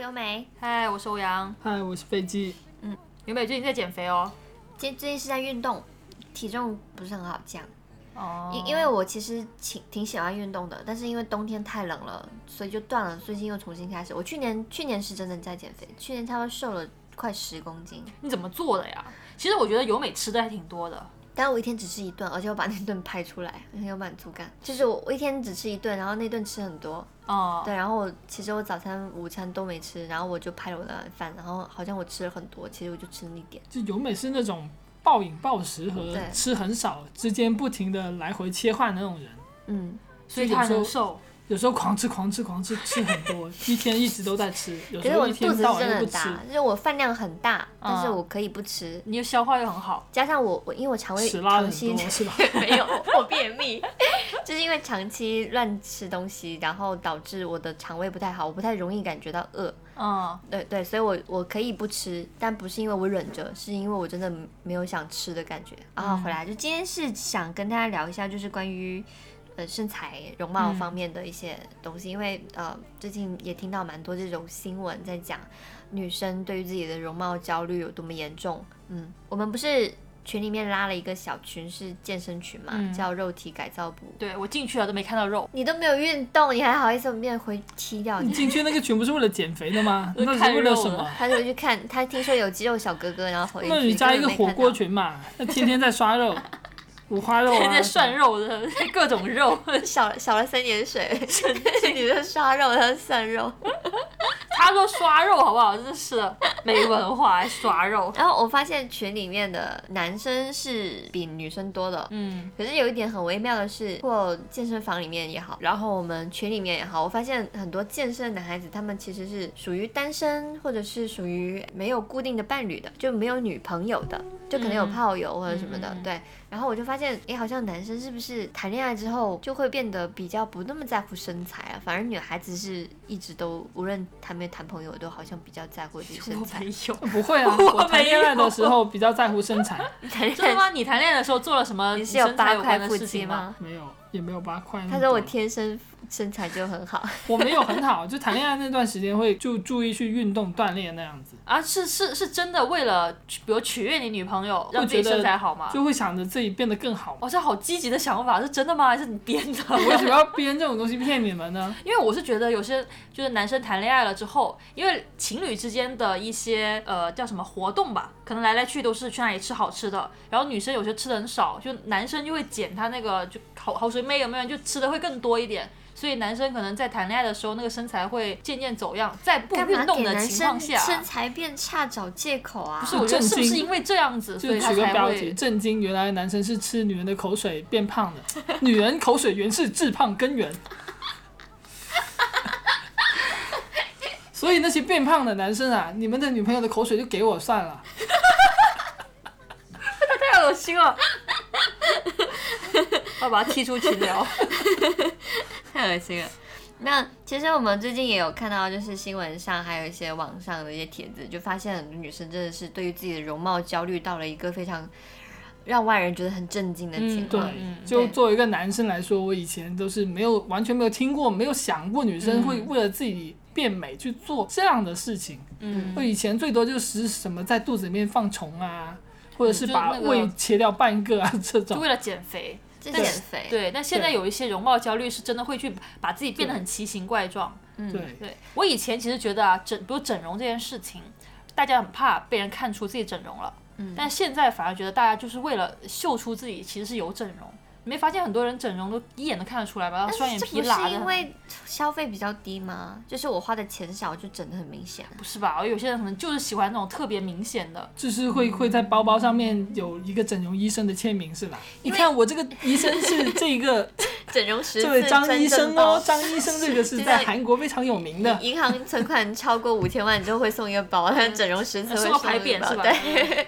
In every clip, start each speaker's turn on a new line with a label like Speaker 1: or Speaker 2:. Speaker 1: 优美，
Speaker 2: 嗨，我是欧阳。
Speaker 3: 嗨，我是飞机。
Speaker 2: 原本最近在减肥哦。
Speaker 1: 今最近是在运动，体重不是很好降。
Speaker 2: 哦
Speaker 1: 因因为我其实挺挺喜欢运动的，但是因为冬天太冷了，所以就断了。最近又重新开始。我去年去年是真的在减肥，去年差不多瘦了快十公斤，
Speaker 2: 你怎么做的呀？其实我觉得由美吃的还挺多的。
Speaker 1: 但我一天只吃一顿，而且我把那顿拍出来，很有满足 感。就是我我一天只吃一顿，然后那顿吃很多，
Speaker 2: 哦、
Speaker 1: 对，然后我其实我早餐、午餐都没吃，然后我就拍了我的饭，然后好像我吃了很多，其实我就吃了一点。
Speaker 3: 就由美是那种暴饮暴食和
Speaker 1: 对
Speaker 3: 吃很少之间不停的来回切换的那种人，
Speaker 1: 嗯，
Speaker 2: 所以她还
Speaker 3: 有
Speaker 2: 能
Speaker 3: 时
Speaker 2: 瘦。
Speaker 3: 有时候狂吃狂吃狂吃，吃很多，一天一直都在吃，有
Speaker 1: 可
Speaker 3: 时
Speaker 1: 是我
Speaker 3: 候一
Speaker 1: 肚
Speaker 3: 天
Speaker 1: 子
Speaker 3: 到
Speaker 1: 是真的
Speaker 3: 晚又
Speaker 1: 很
Speaker 3: 不吃。啊
Speaker 1: 大，就是我饭量很大，但是
Speaker 2: 嗯
Speaker 1: 我可以不吃。
Speaker 2: 你又消化又很好，
Speaker 1: 加上我我因为我肠胃
Speaker 3: 屎拉
Speaker 1: 长
Speaker 3: 很
Speaker 1: 期
Speaker 3: 多是吧？
Speaker 1: 没有，我便秘， 就是因为长期乱吃东西，然后导致我的肠胃不太好，我不太容易感觉到饿。
Speaker 2: 嗯，
Speaker 1: 对对，所以我我可以不吃，但不是因为我忍着，是因为我真的没有想吃的感觉。啊、回来就今天是想跟大家聊一下，就是关于呃身材容貌方面的一些东西，因为呃最近也听到蛮多这种新闻在讲女生对于自己的容貌焦虑有多么严重。嗯，我们不是。群里面拉了一个小群，是健身群嘛，
Speaker 2: 嗯
Speaker 1: 叫肉体改造部。
Speaker 2: 对我进去了都没看到肉，
Speaker 1: 你都没有运动，你还好意思变回踢掉
Speaker 3: 你
Speaker 1: 你？
Speaker 3: 进去那个群不是为了减肥 的吗？那是为了什么？
Speaker 1: 他就去看，他听说有肌肉小哥哥，然后回去。
Speaker 3: 那你加一
Speaker 1: 根
Speaker 3: 个
Speaker 1: 本没看
Speaker 3: 火
Speaker 1: 到
Speaker 3: 锅群嘛，那天天在刷肉，五花肉啊，
Speaker 2: 在涮 肉的，各种肉，
Speaker 1: 少少了三点 水，你的沙肉，他蒜肉。
Speaker 2: 他说刷肉好不好？真是的没文化，还刷 肉。
Speaker 1: 然后我发现群里面的男生是比女生多的。
Speaker 2: 嗯，
Speaker 1: 可是有一点很微妙的是，或健身房里面也好，然后我们群里面也好，我发现很多健身的男孩子，他们其实是属于单身，或者是属于没有固定的伴侣的，就没有女朋友的，就可能有
Speaker 2: 嗯
Speaker 1: 炮友或者什么的，
Speaker 2: 嗯嗯嗯
Speaker 1: 对。然后我就发现，诶，好像男生是不是谈恋爱之后就会变得比较不那么在乎身材啊？反而女孩子是一直都无论谈没谈朋友，都好像比较在乎自己
Speaker 2: 我
Speaker 1: 身材
Speaker 2: 没。有。
Speaker 3: 不 会啊，
Speaker 2: 我
Speaker 3: 我谈恋爱
Speaker 2: 没有
Speaker 3: 的时候比较在乎身材，
Speaker 1: 谈恋
Speaker 2: 真的
Speaker 1: 爱
Speaker 2: 吗？你谈恋爱的时候做了什么
Speaker 1: 你
Speaker 2: 你
Speaker 1: 是有
Speaker 2: 身材
Speaker 1: 八
Speaker 2: 有
Speaker 1: 块
Speaker 2: 关的
Speaker 1: 腹
Speaker 2: 事
Speaker 1: 肌
Speaker 2: 情吗？嗯
Speaker 1: 吗？
Speaker 3: 没有也没有八块那么
Speaker 1: 他
Speaker 3: 多。
Speaker 1: 说我天生身材就很好，
Speaker 3: 我没有很好，就谈恋爱那段时间会就注意去运动锻炼那样子，
Speaker 2: 啊，是是是真的为了取，比如取悦你女朋友，让自己
Speaker 3: 觉得
Speaker 2: 身材好吗？
Speaker 3: 就会想着自己变得更好嘛。
Speaker 2: 哦，这好积极的想法，是真的吗？还是你编的？
Speaker 3: 我为什么要编这种东西骗你们呢？
Speaker 2: 因为我是觉得有些就是男生谈恋爱了之后，因为情侣之间的一些呃叫什么活动吧，可能来来去都是去哪里吃好吃的，然后女生有些吃的很少，就男生就会减他那个就好好水妹有没有就吃的会更多一点。所以男生可能在谈恋爱的时候，那个身材会渐渐走样，在不
Speaker 1: 干嘛
Speaker 2: 运动
Speaker 1: 给
Speaker 2: 的
Speaker 1: 男
Speaker 2: 情况
Speaker 1: 生
Speaker 2: 下，
Speaker 1: 身材变差找借口啊？
Speaker 2: 不是我 觉得是不
Speaker 3: 震
Speaker 2: 是
Speaker 3: 惊
Speaker 2: 因为这样子，所
Speaker 3: 就
Speaker 2: 以他
Speaker 3: 取个
Speaker 2: 才
Speaker 3: 标题：
Speaker 2: 会
Speaker 3: 震惊，原来男生是吃女人的口水变胖的，女人口水原是致胖根源。 所以那些变胖的男生啊，你们的女朋友的口水就给我算了。
Speaker 2: 太恶心了，要把他踢出群聊。
Speaker 1: 太恶
Speaker 2: 啊
Speaker 1: 心了。那其实我们最近也有看到，就是新闻上还有一些网上的一些帖子，就发现很多女生真的是对于自己的容貌焦虑到了一个非常让外人觉得很震惊的情
Speaker 3: 对
Speaker 1: 况。
Speaker 2: 嗯，
Speaker 3: 就
Speaker 1: 对
Speaker 3: 作为一个男生来说，我以前都是没有完全没有听过，没有想过女生会为了自己变美去做这样的事情。
Speaker 2: 嗯
Speaker 3: 我以前最多就是什么在肚子里面放虫啊，或者
Speaker 2: 嗯
Speaker 3: 是
Speaker 2: 就
Speaker 3: 把
Speaker 2: 那个
Speaker 3: 胃切掉半个啊这
Speaker 2: 就
Speaker 3: 种。
Speaker 2: 为了减肥。
Speaker 1: 这
Speaker 2: 对
Speaker 1: 减肥，
Speaker 2: 对，但现在有一些容貌焦虑是真的会去把自己变得很奇形怪状。
Speaker 3: 对，
Speaker 2: 对我以前其实觉得啊，整比如整容这件事情，大家很怕被人看出自己整容了。嗯，但现在反而觉得大家就是为了秀出自己其实是有整容，你没发现很多人整容都一眼都看得出来吗？然后双
Speaker 1: 但是
Speaker 2: 眼
Speaker 1: 这
Speaker 2: 皮
Speaker 1: 不
Speaker 2: 拉
Speaker 1: 是
Speaker 2: 的
Speaker 1: 因
Speaker 2: 很，
Speaker 1: 为消费比较低吗？就是我花的钱少，就整的很明显。
Speaker 2: 不是吧？有些人可能就是喜欢那种特别明显的，
Speaker 3: 就是会会在包包上面有一个整容医生的签名是吧？你看我这个医生 是这个
Speaker 1: 整容十
Speaker 3: 这
Speaker 1: 次
Speaker 3: 位张
Speaker 1: 真
Speaker 3: 医
Speaker 1: 正
Speaker 3: 生
Speaker 1: 包
Speaker 3: 哦，张医生这个是
Speaker 1: 就
Speaker 3: 在
Speaker 1: 在
Speaker 3: 韩国非常有名的。
Speaker 1: 银行存款超过五千万，你就会送一个包，但整 容十次会
Speaker 2: 是
Speaker 1: 送
Speaker 2: 个
Speaker 1: 一
Speaker 2: 牌匾
Speaker 1: 包
Speaker 2: 是吧？
Speaker 1: 对，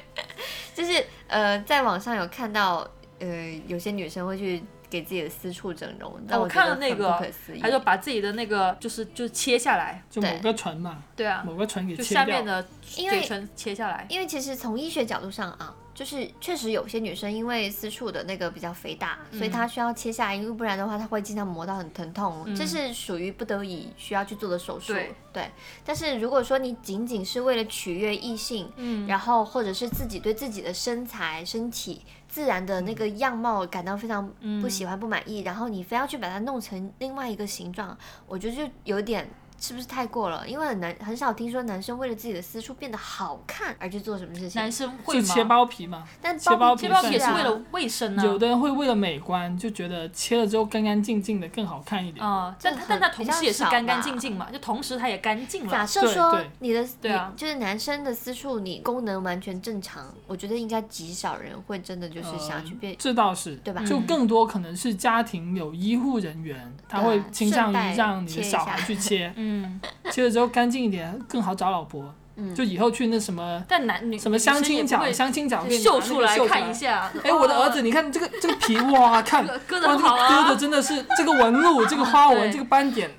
Speaker 1: 就是呃，在网上有看到呃，有些女生会去给自己的私处整容，但
Speaker 2: 哦我
Speaker 1: 觉
Speaker 2: 看
Speaker 1: 得
Speaker 2: 了那
Speaker 1: 很
Speaker 2: 个
Speaker 1: 不可思议
Speaker 2: 嗯他。就把自己的那个就是就切下来，
Speaker 3: 就
Speaker 1: 对
Speaker 3: 某个唇嘛，
Speaker 2: 对啊，
Speaker 3: 某个唇给
Speaker 2: 就
Speaker 3: 切
Speaker 2: 下面
Speaker 3: 掉，
Speaker 2: 的
Speaker 1: 因为
Speaker 2: 嘴唇切下来。
Speaker 1: 因为其实从医学角度上啊，就是确实有些女生因为私处的那个比较肥大，
Speaker 2: 嗯
Speaker 1: 所以她需要切下来，因为不然的话她会经常磨到很疼痛，这是属于不得已需要去做的手术。
Speaker 2: 嗯对
Speaker 1: 但是如果说你仅仅是为了取悦异性，嗯，然后或者是自己对自己的身材、身体自然的那个样貌感到非常
Speaker 2: 嗯
Speaker 1: 不喜欢、不满意，然后你非要去把它弄成另外一个形状，我觉得就有点。是不是太过了？因为很难很少听说男生为了自己的私处变得好看而去做什么事情。
Speaker 2: 男生会
Speaker 3: 就
Speaker 2: 吗？
Speaker 3: 切包皮嘛，
Speaker 1: 但
Speaker 3: 切包
Speaker 1: 皮
Speaker 3: 皮
Speaker 2: 切包
Speaker 1: 不
Speaker 2: 皮也是
Speaker 1: 啊
Speaker 2: 为了卫生啊。
Speaker 3: 有的人会为了美观，就觉得切了之后干干净净的更好看一点。
Speaker 2: 啊、但他
Speaker 1: 这很
Speaker 2: 但他同
Speaker 1: 比较
Speaker 2: 时也是
Speaker 1: 少
Speaker 2: 干干
Speaker 1: 吧
Speaker 2: 净净嘛，就同时他也干净
Speaker 1: 假
Speaker 2: 了。
Speaker 1: 设
Speaker 3: 对
Speaker 1: 说
Speaker 3: 对
Speaker 1: 你的
Speaker 2: 对啊
Speaker 1: 你就是男生的私处，你功能完全正常，我觉得应该极少人会真的就是想要去变
Speaker 3: 呃，这倒是，
Speaker 1: 对吧
Speaker 3: 就
Speaker 2: 嗯
Speaker 3: 更多可能是家庭有医护人员，他
Speaker 1: 对啊
Speaker 3: 会倾向
Speaker 1: 顺带
Speaker 3: 于让你
Speaker 1: 切
Speaker 3: 的
Speaker 1: 一
Speaker 3: 小孩
Speaker 1: 下
Speaker 3: 去切，
Speaker 2: 嗯，
Speaker 3: 切了之后干净一点，更好找老婆。
Speaker 1: 嗯
Speaker 3: 就以后去那什么
Speaker 2: 但男女
Speaker 3: 什么相亲角，
Speaker 2: 女生
Speaker 3: 相亲角
Speaker 2: 也
Speaker 3: 店
Speaker 2: 不会秀
Speaker 3: 拿那
Speaker 2: 出
Speaker 3: 个
Speaker 2: 来
Speaker 3: 秀
Speaker 2: 看一下。
Speaker 3: 哎，我的
Speaker 2: 哦
Speaker 3: 儿子，你看这个这个皮，哇，看
Speaker 2: 割割得
Speaker 3: 哇，
Speaker 2: 很
Speaker 3: 这
Speaker 2: 好啊
Speaker 3: 个割的真的是这个纹路、这个花纹、
Speaker 2: 对嗯
Speaker 3: 这个斑点，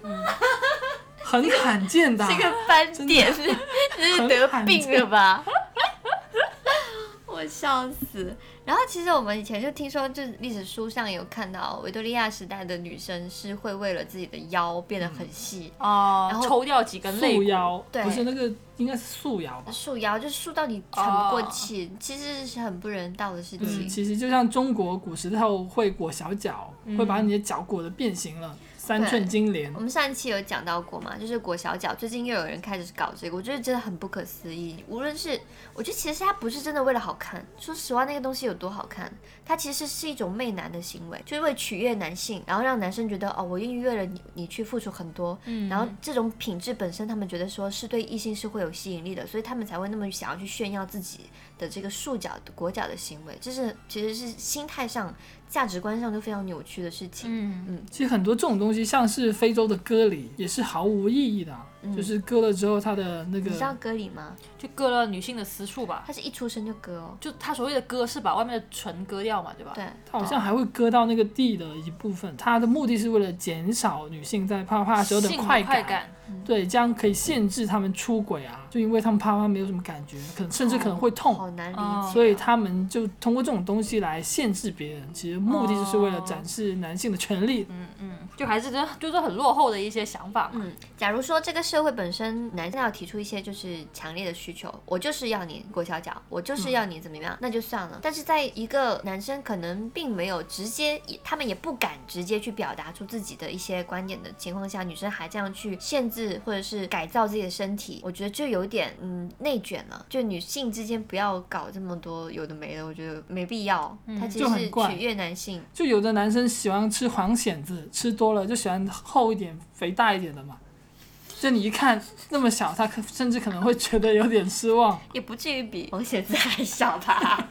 Speaker 3: 很罕见的啊。
Speaker 1: 斑
Speaker 3: 真的
Speaker 1: 点，这是
Speaker 3: 很
Speaker 1: 得
Speaker 3: 罕
Speaker 1: 病
Speaker 3: 见
Speaker 1: 了吧？ 我笑死。然后其实我们以前就听说，就是历史书上有看到维多利亚时代的女生是会为了自己的腰变得很细，
Speaker 2: 哦、
Speaker 1: 然后
Speaker 2: 抽掉几根肋
Speaker 3: 束
Speaker 2: 骨，
Speaker 3: 腰，
Speaker 1: 对
Speaker 3: 不是那个应该是束腰吧？
Speaker 1: 束腰就是束到你喘不过气，其实是很不人道的事
Speaker 3: 嗯，
Speaker 1: 情。
Speaker 3: 其实就像中国古时候会裹小脚，会把你的脚裹得变形了，三
Speaker 1: 对
Speaker 3: 寸金莲
Speaker 1: 我。们上一期有讲到过嘛，就是裹小脚，最近又有人开始搞这个，我觉得真的很不可思议。无论是我觉得其实它不是真的为了好看，说实话那个东西有多好看，它其实是一种媚男的行为，就是为取悦男性，然后让男生觉得哦，我愿意为了你你去付出很多，嗯，然后这种品质本身他们觉得说是对异性是会有吸引力的，所以他们才会那么想要去炫耀自己的这个束脚裹脚的行为，这是其实是心态上、价值观上都非常扭曲的事情。
Speaker 2: 嗯，
Speaker 3: 其实很多这种东西，像是非洲的割礼，也是毫无意义的啊，就是割了之后它的那
Speaker 1: 嗯你知道
Speaker 3: 个。
Speaker 1: 割礼吗？
Speaker 2: 就割了女性的私处吧。
Speaker 1: 他是一出生就割哦。
Speaker 2: 就他所谓的割是把外面的唇割掉嘛，对吧？
Speaker 1: 对，
Speaker 3: 它好像还会割到那个地的一部分，它的目的是为了减少女性在啪啪时候的
Speaker 2: 性
Speaker 3: 快
Speaker 2: 感，
Speaker 3: 感，对，这样可以限制他们出轨啊，就因为他们啪啪没有什么感觉，可能甚至可能会痛，
Speaker 1: 好难理
Speaker 2: 哦
Speaker 1: 解。
Speaker 3: 所以他们就通过这种东西来限制别人，其实目的就是为了展示男性的权利。
Speaker 2: 就还是真就是很落后的一些想法嘛。
Speaker 1: 嗯，假如说这个社会本身男生要提出一些就是强烈的需求，我就是要你裹小脚，我
Speaker 3: 嗯
Speaker 1: 就是要你怎么样，那就算了。但是在一个男生可能并没有直接，也他们也不敢直接去表达出自己的一些观点的情况下，女生还这样去限制或者是改造自己的身体，我觉得就有点嗯内卷了。就女性之间不要搞这么多有的没的，我觉得没必要。它其实
Speaker 3: 就很
Speaker 1: 是
Speaker 3: 怪
Speaker 1: 取悦男性。
Speaker 3: 就有的男生喜欢吃黄蚬子，吃多了就喜欢厚一点、肥大一点的嘛。就你一看那么小，他可甚至可能会觉得有点失望。
Speaker 1: 也不至于比黄显子还小吧。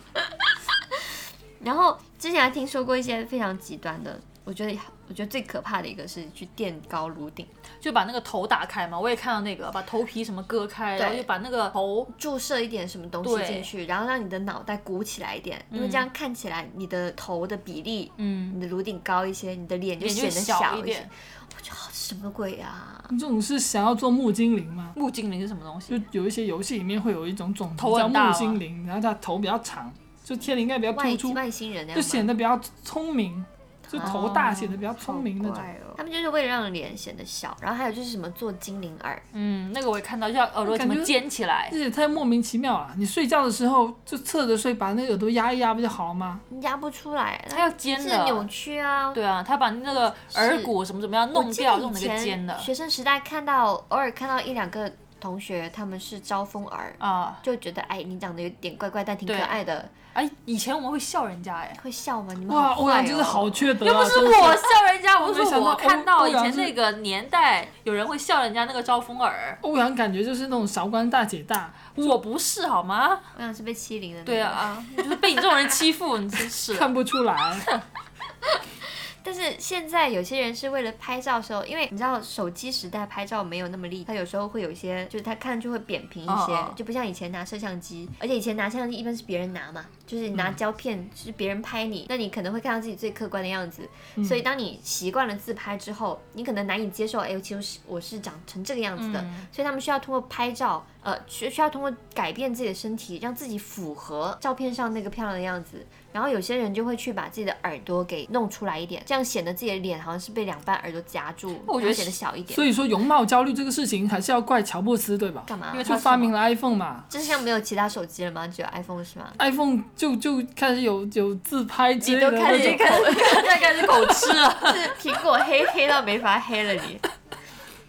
Speaker 1: 然后之前还听说过一些非常极端的，我觉得我觉得最可怕的一个是去垫高颅顶，
Speaker 2: 就把那个头打开嘛，我也看到那个把头皮什么割开，
Speaker 1: 对
Speaker 2: 然后就把那个头，
Speaker 1: 注射一点什么东西
Speaker 2: 对
Speaker 1: 进去，然后让你的脑袋鼓起来一点，因为这样看起来你的头的比例，
Speaker 2: 嗯，
Speaker 1: 你的颅顶高一些，你的脸就
Speaker 2: 脸
Speaker 1: 显
Speaker 2: 就
Speaker 1: 得
Speaker 2: 小一
Speaker 1: 一些
Speaker 2: 点。。
Speaker 1: 我觉得什么鬼啊！
Speaker 3: 你这种是想要做木精灵吗？
Speaker 2: 木精灵是什么东西
Speaker 3: 就？有一些游戏里面会有一种种
Speaker 2: 头
Speaker 3: 族叫
Speaker 2: 很大啊
Speaker 3: 木
Speaker 2: 吗
Speaker 3: 精灵，然后他头比较长，就天灵盖比较
Speaker 1: 外
Speaker 3: 突出，
Speaker 1: 外星人那样
Speaker 3: 就
Speaker 1: 吗
Speaker 3: 显得比较聪明，就头大
Speaker 2: 哦
Speaker 3: 显得比较聪明那
Speaker 1: 好
Speaker 3: 种。
Speaker 1: 怪哦。他们就是为了让脸显得小，然后还有就是什么做精灵耳，
Speaker 2: 嗯，那个我也看到，就像耳朵怎
Speaker 3: 感
Speaker 2: 么
Speaker 3: 觉
Speaker 2: 尖起来
Speaker 3: 这，也太莫名其妙了！你睡觉的时候就侧着睡，把那个耳朵压一压不就好了吗？
Speaker 1: 压不出来，
Speaker 2: 它要尖
Speaker 1: 是扭
Speaker 2: 的。
Speaker 1: 曲啊。
Speaker 2: 对啊，他把那个耳
Speaker 1: 是
Speaker 2: 骨什么怎么样
Speaker 1: 我
Speaker 2: 弄
Speaker 1: 记
Speaker 2: 掉，
Speaker 1: 得
Speaker 2: 弄
Speaker 1: 以
Speaker 2: 那个尖
Speaker 1: 前
Speaker 2: 的
Speaker 1: 学生时代看到，偶尔看到一两个同学他们是招风耳，
Speaker 2: 啊。
Speaker 1: 就觉得哎，你长得有点怪怪，但挺可
Speaker 2: 对
Speaker 1: 爱的，
Speaker 2: 哎，以前我们会笑人家哎，
Speaker 1: 会笑吗？你们
Speaker 3: 哇，
Speaker 1: 好
Speaker 3: 欧
Speaker 1: 坏
Speaker 3: 阳
Speaker 1: 哦
Speaker 3: 真是好缺德
Speaker 2: 又
Speaker 3: 啊！
Speaker 2: 不是
Speaker 3: 真的
Speaker 2: 我笑人 家，我
Speaker 3: 我
Speaker 2: 是
Speaker 3: 没想
Speaker 2: 我
Speaker 3: 到
Speaker 2: 看
Speaker 3: 欧
Speaker 2: 到
Speaker 3: 欧
Speaker 2: 以
Speaker 3: 阳
Speaker 2: 前
Speaker 3: 是
Speaker 2: 那个年代有人会笑人家那个招风耳，
Speaker 3: 欧阳感觉就是那种韶关大姐大，
Speaker 2: 我不是好吗？
Speaker 1: 欧阳是被欺凌的那个。
Speaker 2: 对啊，啊，就是被你这种人欺负，你真 是。
Speaker 3: 看不出来。
Speaker 1: 但是现在有些人是为了拍照的时候，因为你知道手机时代拍照没有那么利，他有时候会有一些，就是他看就会扁平一些，
Speaker 2: 哦哦
Speaker 1: 就不像以前拿摄像机，而且以前拿摄像机一般是别人拿嘛，就是拿
Speaker 2: 嗯
Speaker 1: 胶片，就是别人拍你，那你可能会看到自己最客观的样子。
Speaker 2: 嗯
Speaker 1: 所以当你习惯了自拍之后，你可能难以接受，哎，其实是我是长成这个样子的。
Speaker 2: 嗯
Speaker 1: 所以他们需要通过拍照，呃，需需要通过改变自己的身体，让自己符合照片上那个漂亮的样子。然后有些人就会去把自己的耳朵给弄出来一点，这样显得自己的脸好像是被两半耳朵夹住，
Speaker 2: 我觉得
Speaker 1: 然后显得小一点。
Speaker 3: 所以说容貌焦虑这个事情还是要怪乔布斯对吧？
Speaker 1: 干嘛？
Speaker 2: 因为
Speaker 3: 就发明了 iPhone 嘛
Speaker 1: 这世上没有其他手机了吗？只有 iPhone 是吗？
Speaker 3: ，iPhone 就就开始有有自拍之
Speaker 1: 你
Speaker 3: 类
Speaker 1: 都
Speaker 3: 的
Speaker 1: 开始
Speaker 3: 那种。
Speaker 1: 看，
Speaker 2: 大概是狗吃了。
Speaker 1: 是苹果黑黑到没法黑了你。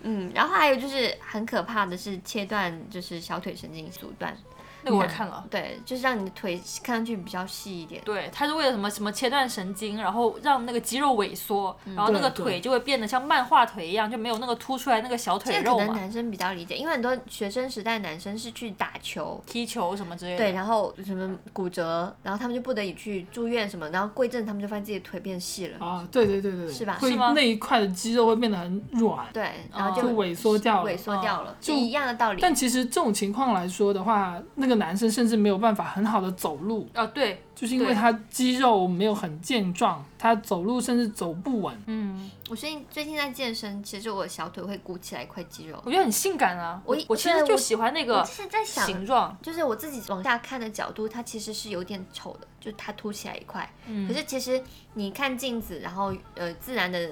Speaker 1: 嗯，然后还有就是很可怕的是切断，就是小腿神经阻断，
Speaker 2: 那个我也看了。
Speaker 1: 对，就是让你的腿看上去比较细一点。
Speaker 2: 对，它是为了什么什么切断神经，然后让那个肌肉萎缩，然后那个
Speaker 3: 对对
Speaker 2: 腿就会变得像漫画腿一样，就没有那个凸出来那个小腿
Speaker 1: 这个
Speaker 2: 肉
Speaker 1: 可能
Speaker 2: 嘛。
Speaker 1: 男生比较理解，因为很多学生时代男生是去打球，
Speaker 2: 踢球什么之类的。
Speaker 1: 对，然后什么骨折，然后他们就不得已去住院什么，然后归正他们就发现自己的腿变细了，
Speaker 3: 啊，对对对对，对
Speaker 1: 是吧
Speaker 3: 会
Speaker 2: 是吗
Speaker 3: 那一块的肌肉会变得很软，
Speaker 1: 对，然后
Speaker 2: 哦
Speaker 1: 就
Speaker 3: 就萎缩掉了
Speaker 1: 萎缩掉了，是
Speaker 3: 就
Speaker 1: 一样的道理。
Speaker 3: 但其实这种情况来说的话，那个男生甚至没有办法很好的走路，
Speaker 2: 啊，对，
Speaker 3: 就是因为
Speaker 2: 对
Speaker 3: 他肌肉没有很健壮，他走路甚至走不稳。
Speaker 2: 嗯，
Speaker 1: 我最近最近在健身，其实我小腿会鼓起来一块肌肉。
Speaker 2: 我觉得很性感啊。
Speaker 1: 我
Speaker 2: 我
Speaker 1: 一
Speaker 2: 其实
Speaker 1: 对我
Speaker 2: 就喜欢那
Speaker 1: 我
Speaker 2: 个
Speaker 1: 是在想，
Speaker 2: 形状。
Speaker 1: 就是我自己往下看的角度，它其实是有点丑的，就它凸起来一块。
Speaker 2: 嗯
Speaker 1: 可是其实你看镜子，然后呃自然的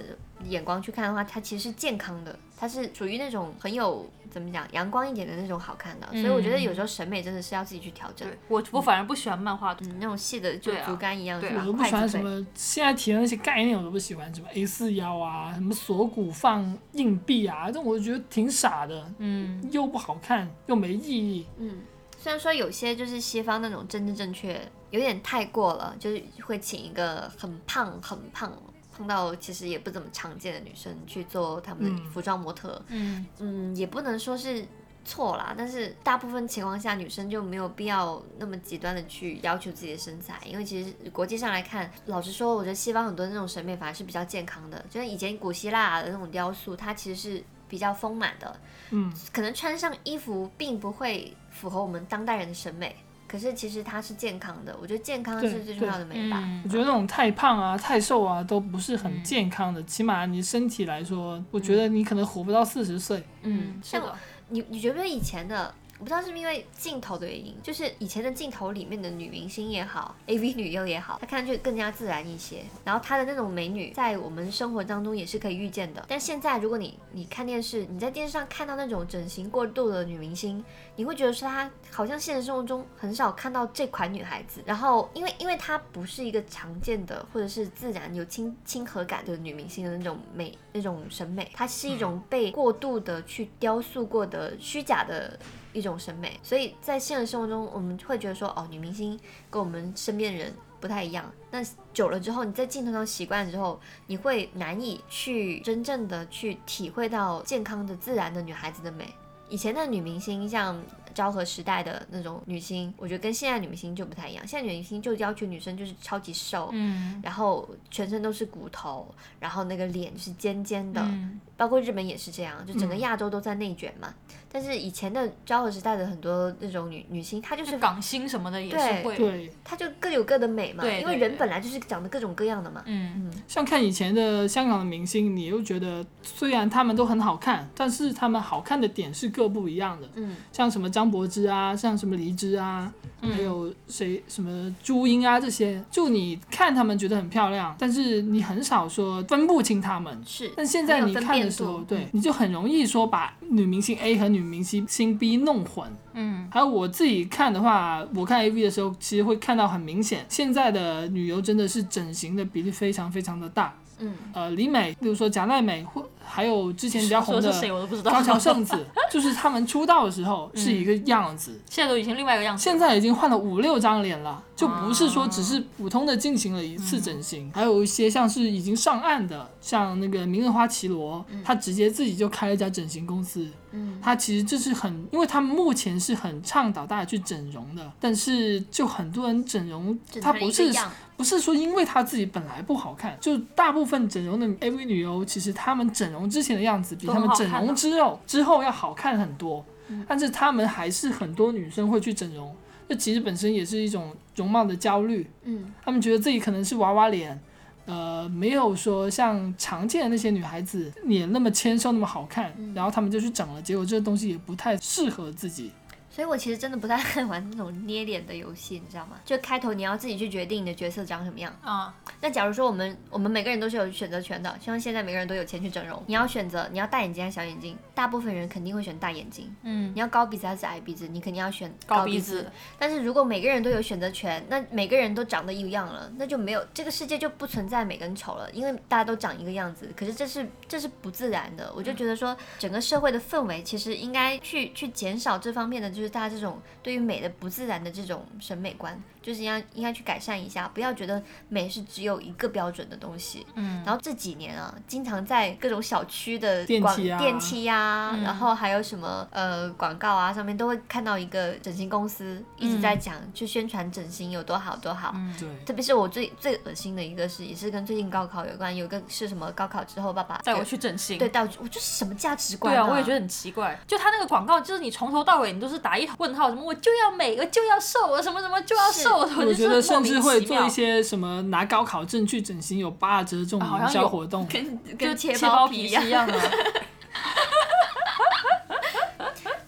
Speaker 1: 眼光去看的话，它其实是健康的，它是属于那种很有怎么讲阳光一点的那种好看的。所以我觉得有时候审美真的是要自己去调整。
Speaker 2: 嗯对，我我反而不喜欢漫画腿。
Speaker 1: 嗯，那种细的就
Speaker 2: 对啊
Speaker 1: 竹竿一样，
Speaker 2: 对
Speaker 1: 是
Speaker 2: 啊
Speaker 1: 吧
Speaker 3: 我都？不
Speaker 1: 筷
Speaker 3: 喜欢
Speaker 1: 子
Speaker 3: 什
Speaker 1: 腿。
Speaker 3: 么现在提的那些概念，我都不喜欢，什么 A 四腰啊，什么锁骨放硬币啊，这种我觉得挺傻的，
Speaker 2: 嗯，
Speaker 3: 又不好看又没意义。
Speaker 1: 嗯，虽然说有些就是西方那种政治正确有点太过了，就是会请一个很胖很胖。胖到其实也不怎么常见的女生去做他们的
Speaker 3: 嗯
Speaker 1: 服装模特，
Speaker 2: 嗯，
Speaker 1: 嗯，也不能说是错啦，但是大部分情况下，女生就没有必要那么极端的去要求自己的身材，因为其实国际上来看，老实说，我觉得西方很多那种审美反而是比较健康的，就是以前古希腊的那种雕塑，它其实是比较丰满的，
Speaker 3: 嗯，
Speaker 1: 可能穿上衣服并不会符合我们当代人的审美，可是其实它是健康的，我觉得健康
Speaker 3: 对
Speaker 1: 是最重要的美吧。
Speaker 2: 嗯
Speaker 3: 我觉得那种太胖啊、太瘦啊都不是很健康的，起码你身体来说，我觉得你可能活不到四十岁。
Speaker 2: 嗯，是
Speaker 1: 像
Speaker 2: 的，
Speaker 1: 你你觉不觉得以前的，我不知道是不是因为镜头的原因，就是以前的镜头里面的女明星也好，AV 女优也好，她看上去更加自然一些。然后她的那种美女，在我们生活当中也是可以遇见的。但现在如果你你看电视，你在电视上看到那种整形过度的女明星，你会觉得说她好像现实生活中很少看到这款女孩子。然后因为因为她不是一个常见的或者是自然有亲亲和感的女明星的那种美那种审美，它是一种被过度的去雕塑过的虚假的一种审美。所以在现实生活中，我们会觉得说哦，女明星跟我们身边人。不太一样，那久了之后，你在镜头上习惯之后，你会难以去真正的去体会到健康的、自然的女孩子的美。以前的女明星，像昭和时代的那种女星，我觉得跟现在女明星就不太一样。现在女明星就要求女生就是超级瘦，
Speaker 2: 嗯，
Speaker 1: 然后全身都是骨头，然后那个脸就是尖尖的，
Speaker 2: 嗯
Speaker 1: 包括日本也是这样，就整个
Speaker 3: 嗯
Speaker 1: 亚洲都在内卷嘛。但是以前的昭和时代的很多那种女女星，她就是
Speaker 2: 就港星什么的也是
Speaker 1: 对
Speaker 2: 会，
Speaker 3: 对，
Speaker 1: 她就各有各的美嘛，
Speaker 2: 对
Speaker 1: 因为
Speaker 2: 对
Speaker 1: 人
Speaker 2: 对
Speaker 1: 本来就是长得各种各样的嘛。
Speaker 2: 嗯，
Speaker 3: 像看以前的香港的明星，你又觉得虽然他们都很好看，但是他们好看的点是各不一样的。
Speaker 1: 嗯，
Speaker 3: 像什么张柏芝啊，像什么黎姿啊，还有谁什么朱茵啊这些，就你看他们觉得很漂亮，但是你很少说分不清他们。
Speaker 1: 是。
Speaker 3: 嗯但现在
Speaker 1: 很有
Speaker 3: 你
Speaker 1: 分
Speaker 3: 看的
Speaker 1: 辨
Speaker 3: 时候，
Speaker 1: 度
Speaker 3: 对，你就很容易说把女明星 A 和女明星星 B 弄混。
Speaker 2: 嗯，
Speaker 3: 还有我自己看的话，我看 AV 的时候，其实会看到很明显，现在的女优真的是整形的比例非常非常的大。
Speaker 1: 嗯，
Speaker 3: 呃，李美，比如说贾奈美，或还有之前比较
Speaker 2: 说
Speaker 3: 红
Speaker 2: 是谁
Speaker 3: 的
Speaker 2: 我都不知道。
Speaker 3: 高桥圣子，就是他们出道的时候是一个样子，
Speaker 1: 嗯
Speaker 2: 现在都已经另外一个样子了。
Speaker 3: 现在已经换了五六张脸了，就不是说只是
Speaker 1: 哦
Speaker 3: 普通的进行了一
Speaker 1: 嗯
Speaker 3: 次整形，还有一些像是已经上岸的，像那个明日花绮罗，她直接自己就开了一家整形公司。
Speaker 1: 嗯，
Speaker 3: 她其实这是很，因为她目前是很倡导大家去整容的，但是就很多人整容，
Speaker 1: 整
Speaker 3: 她
Speaker 1: 成一
Speaker 3: 不
Speaker 1: 个
Speaker 3: 是
Speaker 1: 样
Speaker 3: 不是说因为她自己本来不好看，就大部分整容的 AV 女优，其实她们整容之前的样子比
Speaker 2: 都
Speaker 3: 她
Speaker 2: 很
Speaker 3: 们
Speaker 2: 好
Speaker 3: 整
Speaker 2: 看
Speaker 3: 容
Speaker 2: 的嗯
Speaker 3: 之后之后要好看很多，但是她们还是很多女生会去整容。这其实本身也是一种容貌的焦虑，
Speaker 1: 嗯
Speaker 3: 他们觉得自己可能是娃娃脸，呃，没有说像常见的那些女孩子脸那么纤瘦那么好看，
Speaker 2: 嗯
Speaker 3: 然后他们就去整了，结果这个东西也不太适合自己。
Speaker 1: 所以我其实真的不太爱玩那种捏脸的游戏，你知道吗？就开头你要自己去决定你的角色长什么样。
Speaker 2: 啊，
Speaker 1: 那假如说我们我们每个人都是有选择权的，像现在每个人都有钱去整容，你要选择你要大眼睛还是小眼睛，大部分人肯定会选大眼睛。
Speaker 2: 嗯，
Speaker 1: 你要高鼻子还是矮鼻子，你肯定要选
Speaker 2: 高
Speaker 1: 鼻
Speaker 2: 鼻子。
Speaker 1: 但是如果每个人都有选择权，那每个人都长得一样了，那就没有这个世界就不存在美跟丑了，因为大家都长一个样子。可是这是这是不自然的，我就觉得说整个社会的氛围其实应该去去减少这方面的，就是大家这种对于美的不自然的这种审美观，就是应该应该去改善一下，不要觉得美是只有一个标准的东西。
Speaker 2: 嗯，
Speaker 1: 然后这几年啊，经常在各种小区的
Speaker 3: 电
Speaker 1: 广
Speaker 3: 梯啊
Speaker 1: 电梯呀、然后还有什么呃广告啊，上面都会看到一个整形公司一直在讲，去宣传整形有多好多好。
Speaker 2: 嗯
Speaker 3: 对，
Speaker 1: 特别是我最最恶心的一个是，也是跟最近高考有关，有一个是什么高考之后爸爸
Speaker 2: 带哎我去整形。
Speaker 1: 对带我去，我就是什么价值观、
Speaker 2: 对
Speaker 1: 啊？
Speaker 2: 啊，我 也觉得很奇怪。就他那个广告，就是你从头到尾你都是打一问号，什么我就要美，我就要瘦，我什么什么就要瘦，
Speaker 3: 我
Speaker 2: 我
Speaker 3: 觉
Speaker 2: 觉
Speaker 3: 得
Speaker 2: 得
Speaker 3: 甚至会做一些什么拿高考证去整形有八折这种
Speaker 2: 好
Speaker 3: 营
Speaker 2: 像有
Speaker 3: 销活动，
Speaker 1: 跟
Speaker 2: 就
Speaker 1: 跟切
Speaker 2: 包
Speaker 1: 皮
Speaker 2: 皮
Speaker 1: 一样
Speaker 2: 是。一样的。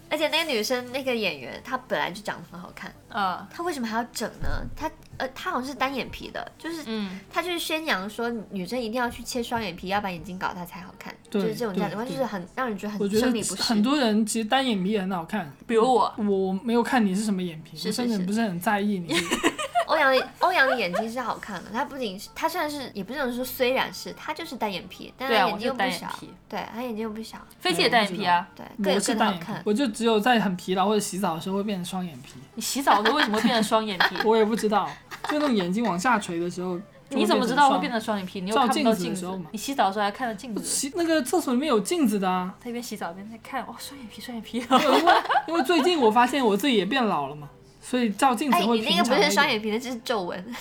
Speaker 1: 而且那个女生那个演员，她本来就长得很好看，
Speaker 2: 嗯
Speaker 1: 她为什么还要整呢？她呃，她好像是单眼皮的，就是
Speaker 2: 嗯，
Speaker 1: 他就是宣扬说女生一定要去切双眼皮，要把眼睛搞大才好看，就
Speaker 3: 对
Speaker 1: 是这种价值观，
Speaker 3: 对
Speaker 1: 就是很让人觉得
Speaker 3: 我
Speaker 1: 很
Speaker 3: 觉得
Speaker 1: 生理不适。
Speaker 3: 很多人其实单眼皮也很好看。
Speaker 2: 比如我，
Speaker 3: 我没有看你是什么眼皮，
Speaker 1: 是是
Speaker 3: 我甚至
Speaker 1: 是
Speaker 3: 不是很在意 你。
Speaker 1: 欧阳的欧阳的眼睛是好看的，他不仅是他虽然是也不能说虽然是他就是单眼皮，但
Speaker 2: 对啊
Speaker 1: 他眼睛又
Speaker 2: 我是
Speaker 1: 不
Speaker 2: 单眼
Speaker 1: 小
Speaker 2: 皮，
Speaker 1: 对他眼睛又不小，
Speaker 2: 飞姐也单眼皮啊。
Speaker 1: 对各
Speaker 3: 我
Speaker 1: 有
Speaker 3: 是
Speaker 1: 各的
Speaker 3: 单
Speaker 1: 好
Speaker 3: 眼皮
Speaker 1: 看，。
Speaker 3: 我就只有在很疲劳或者洗澡的时候会变成双眼 皮，
Speaker 2: 你洗澡的时候为什么会变成双眼 皮？
Speaker 3: 我也不知道，就那种眼睛往下垂的时候。就
Speaker 2: 你怎么
Speaker 3: 变成
Speaker 2: 知道会
Speaker 3: 双
Speaker 2: 变成双眼皮？你又
Speaker 3: 照
Speaker 2: 看不到
Speaker 3: 镜子的
Speaker 2: 镜
Speaker 3: 时
Speaker 2: 子
Speaker 3: 候嘛，
Speaker 2: 你洗澡的时候还看着镜子。
Speaker 3: 洗那个厕所里面有镜子的啊，呃
Speaker 2: 他一边洗澡一边在看，哇，双眼皮，双眼皮，
Speaker 3: 因为最近我发现我自己也变老了嘛，所以照镜子
Speaker 1: 哎，
Speaker 3: 会
Speaker 1: 你
Speaker 3: 平
Speaker 1: 那
Speaker 3: 常
Speaker 1: 个不是
Speaker 3: 一点
Speaker 1: 双眼皮，那只是皱纹。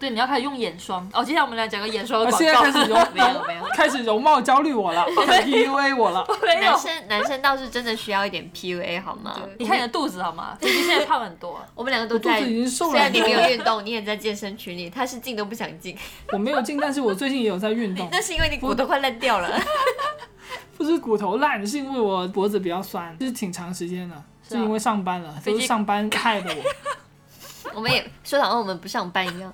Speaker 2: 对，你要开始用眼霜。哦，接下来我们来讲个眼霜的
Speaker 3: 我
Speaker 2: 广
Speaker 3: 现在
Speaker 2: 告。
Speaker 3: 开始容
Speaker 2: 没有没有
Speaker 3: 开始容貌焦虑我了，开始 PUA 我了。
Speaker 2: 没
Speaker 1: 男
Speaker 2: 有。
Speaker 1: 生男生倒是真的需要一点 PUA 好吗？
Speaker 2: 你看你的肚子好 吗？飞机现在胖很多。
Speaker 1: 我们两个
Speaker 3: 我
Speaker 1: 都
Speaker 3: 肚
Speaker 1: 在，
Speaker 3: 子已经瘦
Speaker 1: 虽然
Speaker 3: 了很
Speaker 1: 你
Speaker 3: 多
Speaker 1: 没有
Speaker 3: 了，
Speaker 1: 运动，你也在健身群里，他是进都不想进，
Speaker 3: 我没有进，但是我最近也有在运动。
Speaker 1: 那是因为你骨都快烂掉了。
Speaker 3: 不是骨头烂，是因为我脖子比较酸，就是挺长时间了，
Speaker 2: 是
Speaker 3: 是
Speaker 2: 啊
Speaker 3: 因为上班了，
Speaker 2: 飞
Speaker 3: 都
Speaker 2: 机
Speaker 3: 是上班害的我。
Speaker 1: 我们也说好像我们不上班一样，